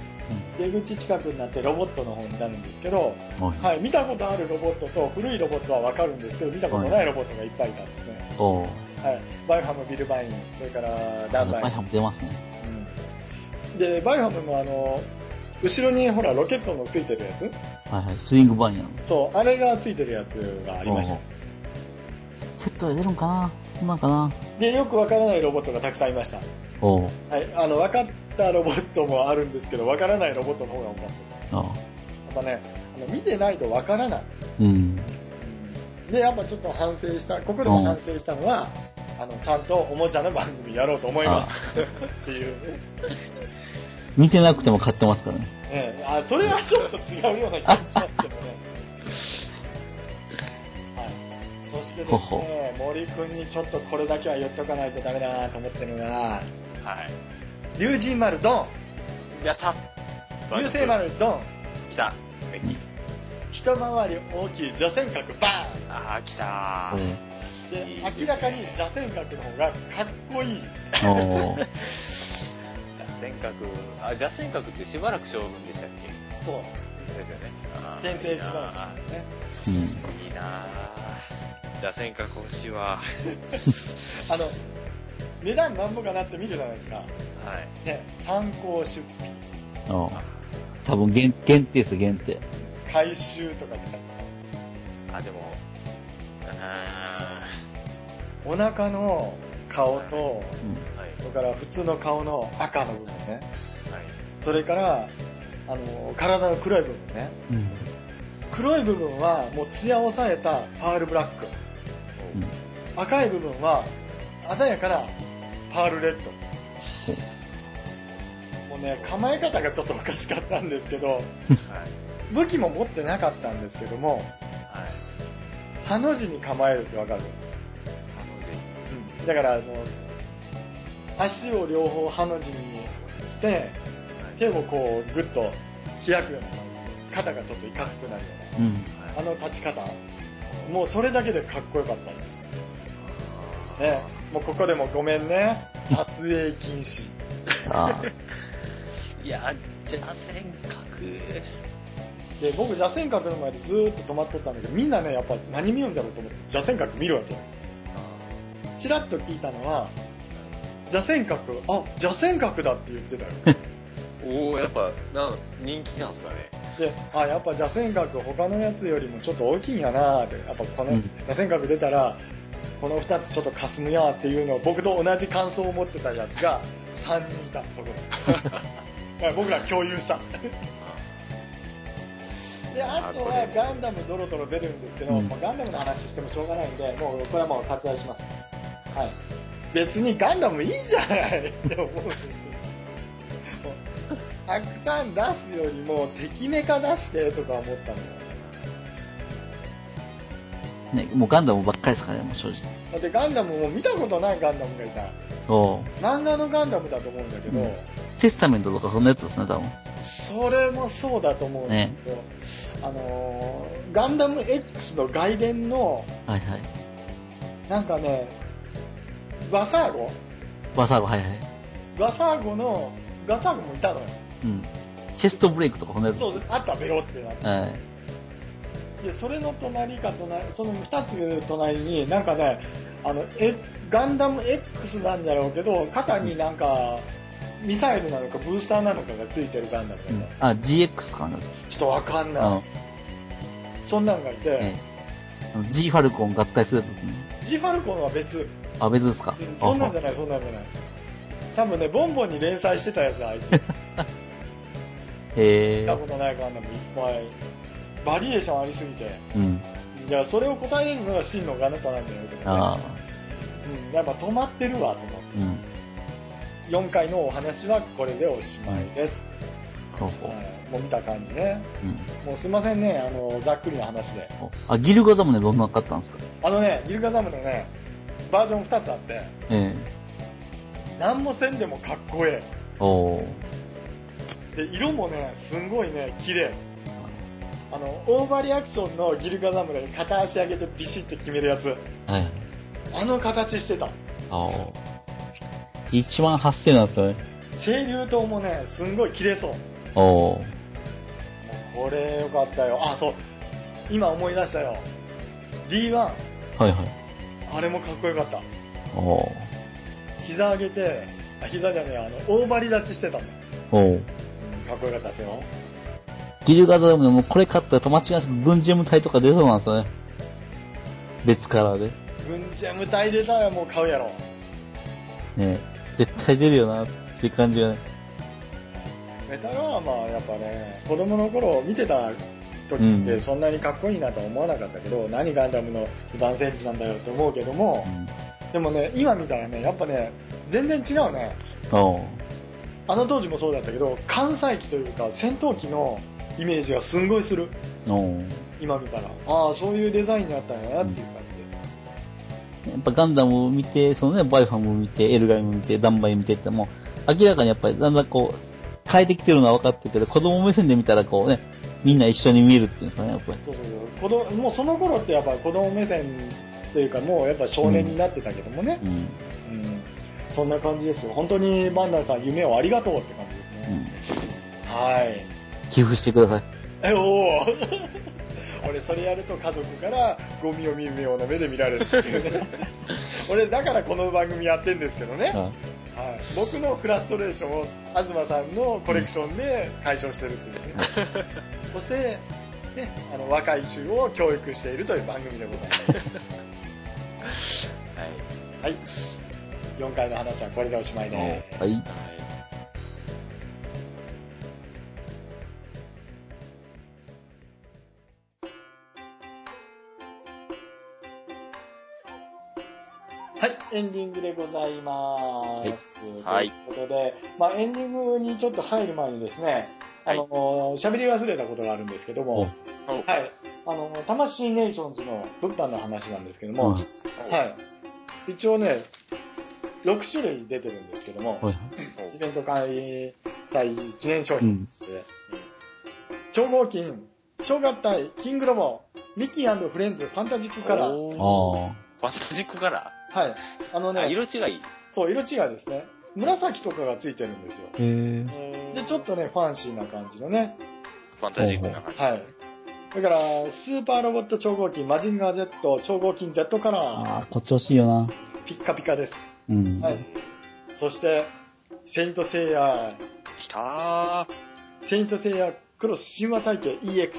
C: 出口近くになってロボットの方になるんですけど、
A: うん。はい。
C: はい、見たことあるロボットと古いロボットはわかるんですけど、見たことないロボットがいっぱいいたんですね。
A: おう
C: はい。バイオハム、ビルバイン、それから
A: あ
C: ダン
A: の
C: バイ
A: バイハム出ますね。
C: ン。うんで、バイオハムもあの、後ろにほらロケットのついてるやつ
A: はいはい。スイングバイヤーの。
C: そう、あれがついてるやつがありました。
A: セットで出るんかなそんなんかな
C: で、よくわからないロボットがたくさんいました。
A: おう
C: はい、あの、分かったロボットもあるんですけど、分からないロボットの方が多かったです。
A: ああ。
C: やっぱね、あの見てないと分からない。
A: うん。
C: で、やっぱちょっと反省した、ここでも反省したのは、あの、ちゃんとおもちゃの番組やろうと思います。っていうね、
A: 見てなくても買ってますからね。
C: ええあ、それはちょっと違うような気がしますけどね。はい。そしてです
A: ほ
C: ね、森くんにちょっとこれだけは言っとかないとダメだなと思ってるのが、
B: はい。
C: 竜神丸ドン
B: やった
C: 流星丸ドン
B: 来たメッキ
C: 一回り大きい蛇尖角バ
B: あー、来たー。
A: う
C: ーンで、明らかに蛇尖角の方がかっこいい。
A: んおう
B: 座仙閣、あ、座仙閣ってしばらく将軍でしたっけ
C: そう。
B: ですよね。あー
C: 転生しばらくですね。
A: うん。
B: いいなぁ。座仙閣欲しいわ。
C: あの、値段なんぼかなって見るじゃないですか。
B: [LAUGHS] はい。
C: ね、参考出費、
A: おう多分限限定です、限定。
C: 回収とかって書いて
B: あ、でも、うーん。
C: あるお腹の顔と、
B: はい。
C: それから普通の顔の赤の部分ね。 [LAUGHS]
B: はい。
C: それから、あの、体の黒い部分ね。
A: うん。うん。
C: 黒い部分はもう艶を抑えたパールブラック。
A: うん
C: 赤い部分は鮮やかなパールレッド。
A: そう
C: もうね、構え方がちょっとおかしかったんですけど、
B: はい。
C: 武器も持ってなかったんですけども、
B: はい。
C: ハの字に構えるってわかる
B: あの、ぜひ。
C: だから、あの、足を両方ハの字にして、
B: はい。
C: 手をこう、ぐっと開くような感じで、肩がちょっといかつくなるよう
A: うん。
B: はい
C: な、あの立ち方、もうそれだけでかっこよかったです。ね、もうここでもごめんね、撮影禁止。
A: あ
B: いや、じゃあ、尖閣。
C: で、僕、座船閣の前でずーっと止まっとったんだけど、みんなね、やっぱ何見るんだろうと思って、座船閣見るわけよ。チラッと聞いたのは、座船閣、あ、座船閣だって
A: [LAUGHS]
C: 言ってたよ。
B: おおやっぱ、なん、人気なんですかね。
C: で、あ、やっぱ座船閣他のやつよりもちょっと大きいんやなーって、やっぱこ
A: う
C: の
A: ん
C: 座船閣出たら、この二つちょっと霞むやーっていうのを僕と同じ感想を持ってたやつが3人いた、そこ
A: [LAUGHS]
C: で。はい僕ら共有した。で、あとはガンダムドロドロ出るんですけど、
A: うん
C: もうガンダムの話してもしょうがないんで、もうこれはもう割愛します。はい。別にガンダムいいじゃないって思うんですけど。もうたくさん出すよりも、敵メカ出してとか思ったのよ。
A: あ。ね、もうガンダムばっかりですからね、もう正直。
C: だってガンダムも見たことないガンダムがいた。
A: おう
C: 漫画のガンダムだと思うんだけど、
A: うんテスタメントとかそんなやつですね、多分。
C: それもそうだと思うんだけど、あのーガンダム X の外伝の、
A: はいはい。
C: なんかね、バサーゴ
A: バサーゴ、はいはい。
C: ガサーゴの、ガサーゴもいたのよ。
A: うん。チェストブレイクとかそんなやつ。
C: そう、あったベロってなって。
A: はい。
C: で、それの隣か隣、その二つ隣に、なんかね、あの、え、ガンダム X なんだろうけど、肩になんか、ミサイルなのかブースターなのかがついてるガンダムが
A: う
C: い
A: ん
C: た。
A: あ、GX かな。
C: ちょっとわかん
A: あ
C: な
A: の、
C: い。そんなんがい
A: え
C: て、
A: えあの G ファルコン合体するやつですね。
C: ジファルコンは別。
A: あ、別ですか
C: うん。そんなんじゃ
A: あ
C: ない、そんなんじゃない。多分ね、ボンボンに連載してたやつだ、 [LAUGHS] あいつ。
A: へ
C: 見た
A: え。
C: ことないガンダムいっぱい。バリエーションありすぎて。
A: うん。
C: いや、それを答えれるのが真のガンダムなんだよ、けどね
A: ああ。
C: うん、やっぱ止まってるわ、と思って。
A: うん。
C: 4回のお話はこれでおしまいです。
A: そうそう。
C: はいもう見た感じね。
A: うん。
C: もうすいませんね、あの、ざっくりな話で。
A: おあ、ギルガザムネどんなの買ったんですか
C: あのね、ギルガダムのね、バージョン2つあって、
A: ええ
C: なんもせんでもかっこえ
A: おー。
C: え。で、色もね、すんごいね、綺麗。あの、オーバーリアクションのギルガダムで片足上げてビシッて決めるやつ。
A: はい。
C: あの形してた。
A: おー。1万8000なんですよね。
C: 清流刀もね、すんごい切れそう。
A: おー。
C: もうこれよかったよ。あ、そう。今思い出したよ。D1。
A: はいはい。
C: あれもかっこよかった。
A: おー。
C: 膝上げて、あ膝じゃねえ、あの、大張り立ちしてたもん。
A: おー。
C: かっこよかったですよ。
A: ギルガザムネもこれ買ったら友達が軍事ム隊とか出そうなんですよね。別カラーで。
C: 軍ジャム隊出たらもう買うやろ。
A: ねえ絶対出るよなっていう感じがね。
C: メタルアーマーはやっぱね、子供の頃見てた時っ
A: う
C: て
A: ん
C: そんなにかっこいいなとは思わなかったけど、何ガンダムの2番戦士なんだよって思うけども、でもね、今見たらね、やっぱね、全然違うね。
A: うん。おー。
C: あの当時もそうだったけど、関西機というか戦闘機のイメージがすんごいする。
A: おー。
C: 今見たら。ああ、そういうデザインになったんやなっていう感じで。
A: やっぱガンダムを見て、そのね、バイファムを見て、エルガイムを見て、ダンバイを見てってもう、明らかにやっぱりだんだんこう、変えてきてるのは分かってるけど、子供目線で見たらこうね、みんな一緒に見えるっていうんですかね、やっぱり。
C: そうそうそう子供もうその頃ってやっぱ子供目線というかもうやっぱ少年になってたけどもね
A: う、ん。うん。
C: うんそんな感じですよ本当にバンダイさん夢をありがとうって感じですね、はい
A: 寄付してください。
C: えお [LAUGHS] お俺それやると家族からゴミを見るような目で見られるっていうね俺だからこの番組やってんですけどね、
A: あ
C: はい、僕のフラストレーションを東さんのコレクションで解消してるっていうねそして、ね、あの若い衆を教育しているという番組でございます
B: はい。
C: はい。 4回の花ちゃん、これでおしまいね。
A: はい。
B: はい
C: はい、エンディングでございます。
B: はい
C: ということで、まあ、エンディングにちょっと入る前にですね、あの、喋り忘れたことがあるんですけども、
B: お
C: はい、あの、魂ネーションズの物販の話なんですけど
A: うん
C: も、はい、一応ね、6種類出てるんですけども、
A: はい。
C: イベント開催記念商
A: う
C: 品
A: ん。
C: 超合金、超合体、キングロボ、ミッキーフレンズ、ファンタジックカラー。
B: お
A: あ
B: ファンタジックカラ
C: はい。あの
B: ー、あ
C: ね、
B: 色違い。
C: そう、色違いですね。紫とかがついてるんですよ。
A: あ。へえ。
C: で、ちょっとね、ファンシーな感じのね。
B: ファンタジックな感じ。
C: はい。だから、スーパーロボット超合金、マジンガー Z、超合金 Z カラー、
A: ああ、こっち欲しいよな。
C: ピッカピカです。
A: うん。
C: はい。そして、セイントセイヤー、
B: きたー。
C: セイントセイヤークロス神話体系 EX、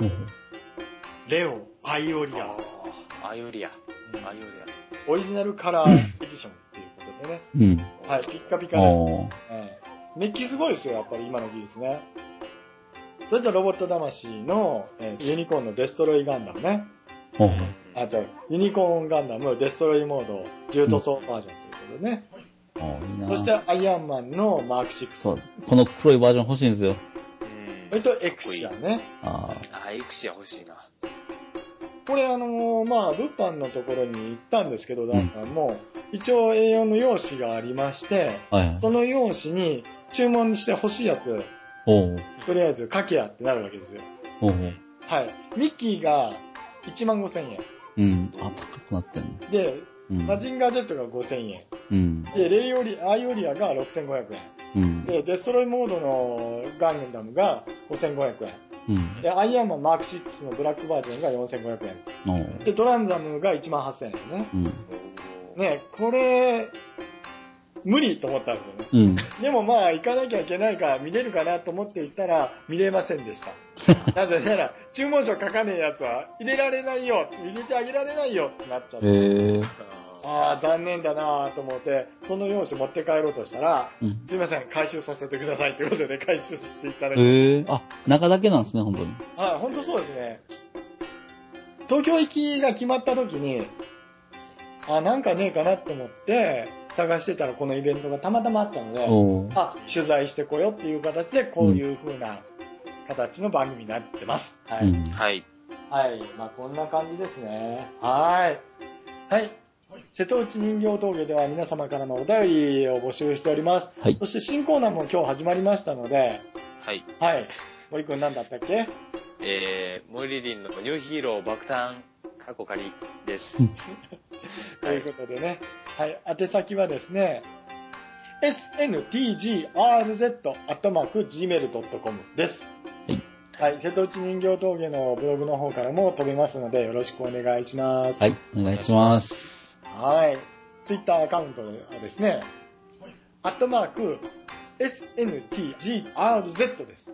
A: うん
C: レオ、アイオリア、
B: あーアイオリア。アイオリ
C: オリジナルカラーエディションっていうことでね。
A: うん。
B: ア。
C: はい、ピッカピ
A: あ
C: カです。
A: あ。
C: ええメッキすごいですよ、やっぱり今の技術ね。それとロボット魂の、えーユニコーンのデストロイガンダムね。
A: ほうほう
C: あ、違う。ユニコーンガンダムデストロイモード重塗装バージョンということでね。
A: ああ、いいな。
C: そしてアイアンマンのマーク6。
A: そう。この黒いバージョン欲しいんですよ。
B: うん
C: それとエクシアね。
A: ああ。
B: あー、エクシア欲しいな。
C: これあのーまあ、物販のところに行ったんですけど、ダンさんも、一応 A4 の用紙がありまして、
A: はいはい。
C: その用紙に注文して欲しいやつ、
A: おう
C: とりあえず書けやってなるわけですよ。
A: おうおう
C: はい。ミッキーが1万5千円。
A: うん。あ、高くなってんの。
C: で、
A: うん。
C: マジンガー Z が5000円。
A: うん。
C: で、レイオリ、アイオリアが6500
A: うん
C: 円。。で、デストロイモードのガンダムが5500円。
A: うん。
C: で、アイアンマンマーク6のブラックバージョンが4500円。
A: おう
C: で、ドランザムが1万8000円ね。
A: うん。
C: ね、これ、無理と思ったんですよね。
A: うん。
C: でもまあ、行かなきゃいけないから見れるかなと思って行ったら、見れませんでした。
A: [LAUGHS]
C: なぜなら、注文書書かねえやつは入れられないよ、入れてあげられないよってなっちゃって。
A: へえ。
C: ああ、残念だなぁと思って、その用紙持って帰ろうとしたら、
A: うん
C: すいません、回収させてくださいということで回収していただいて、
A: へえ。あ、中だけなんですね、本当に。
C: はい、本当そうですね。東京行きが決まった時に、あ、なんかねえかなって思って、探してたらこのイベントがたまたまあったので、
A: おう
C: あ、取材してこようっていう形で、こういう風な形の番組になってます。は
A: う
C: い。
A: ん。
B: はい。
C: はい。まあ、こんな感じですね。はい。はい。瀬戸内人形峠では皆様からのお便りを募集しております。
A: はい
C: そして新コーナーも今日始まりましたので、
B: はい。
C: はい。森くん何だったっけ
B: えー、モリリンのニューヒーロー爆誕、過去仮です。
C: ということでね。はい。宛先はですね、sntgrz.gmail.com です。
A: はい。
C: はい。瀬戸内人形峠のブログの方からも飛べますので、よろしくお願いします。
A: はい、お願いします。
C: はい。ツイッターアカウントはですね、アットマーク、SNTGRZ です。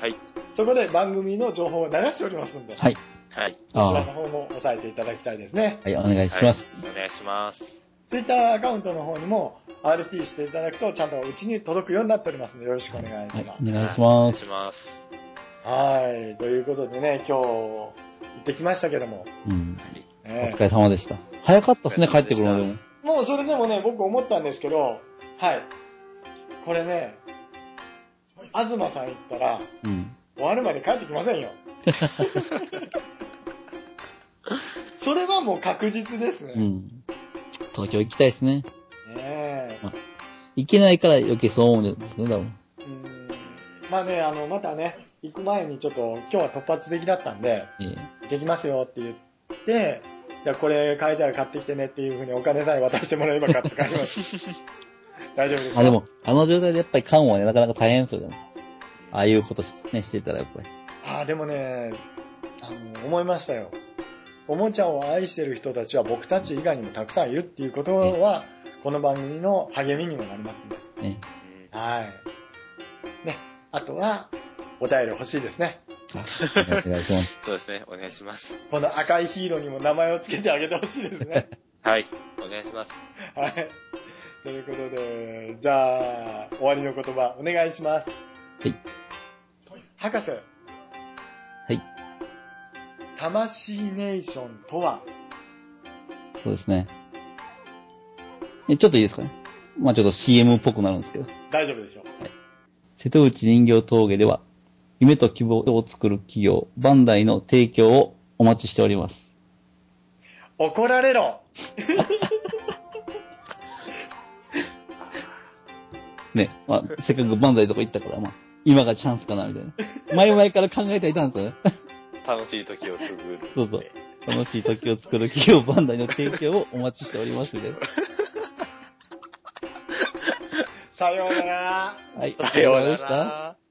B: はい。
C: そこで番組の情報を流しておりますんで、
A: はい。
B: はい。
A: あ
C: こちらの
A: あ
C: 方も押さえていただきたいですね。
A: はい、お願いします。
B: はいお願いします。
C: ツイッターアカウントの方にも RT していただくと、ちゃんとうちに届くようになっておりますので、よろしくお願い
A: は
C: し
A: い
C: ま、
A: お
C: す。
A: 願いし
B: はお願
A: ま
B: い
A: す
B: し。ます。
C: はい。ということでね、今日行ってきましたけども、
A: うん。お
C: ええ
A: 疲れ様でした。早かったですね、
B: お
A: 帰
B: 疲
A: っ
B: れ様
A: て
B: で
A: く
B: し
A: る
B: た
A: のでも。
C: もうそれでもね、僕思ったんですけど、はい。これね、東さん行ったら、
A: うん。
C: 終わるまで帰ってきませ
A: [LAUGHS]
C: んよ。それはもう確実ですね。
A: う
C: ね
A: ん。東京行きたいですね。
C: え
A: 行けないから余計そう思うんですね、多分。
C: うんまあね、あの、またね、行く前にちょっと今日は突発的だったんで、
A: ええ
C: できますよって言って、じゃあこれ買えたら買ってきてねっていうふうにお金さえ渡してもらえば買って帰ります。大丈夫ですか
A: あ、でも、あの状態でやっぱり缶はね、なかなか大変そうじゃん。ああいうことし,、ね、してたらやっぱり。
C: あーでもね、あの、思いましたよ。おもちゃを愛してる人たちは僕たち以外にもたくさんいるっていうことは、この番組の励みにもなりますね。
A: ね。
B: うん
C: はい。ね、あとは、お便り欲しいですね。
A: あお願いします。 [LAUGHS]
B: そうですね。お願いします。
C: この赤いヒーローにも名前を付けてあげてほしいですね。
B: はい。お願願いします。
C: はい。ということで、じゃあ、終わりの言葉、お願いします。
A: はい。
C: 博士、
A: はい。
C: 魂ネーションとは
A: そうですね。えちょっといいですかね。まあちょっと CM っぽくなるんですけど。
C: 大丈夫でしょう。
A: 瀬戸内人形峠では、夢と希望を作る企業、バンダイの提供をお待ちしております。
C: 怒られろ
A: ね、まあ、せっかくバンダイとか行ったから、まあ、今がチャンスかな、みたいな。前々から考えてはいたんですよね。
B: 楽しい時をすぐる。
A: どうぞ楽しい時を作る企業、バンダイの提供をお待ちしておりますので。
C: さようなら
A: はい、
B: さよう
A: あり
B: な
A: がとうございました
B: ら。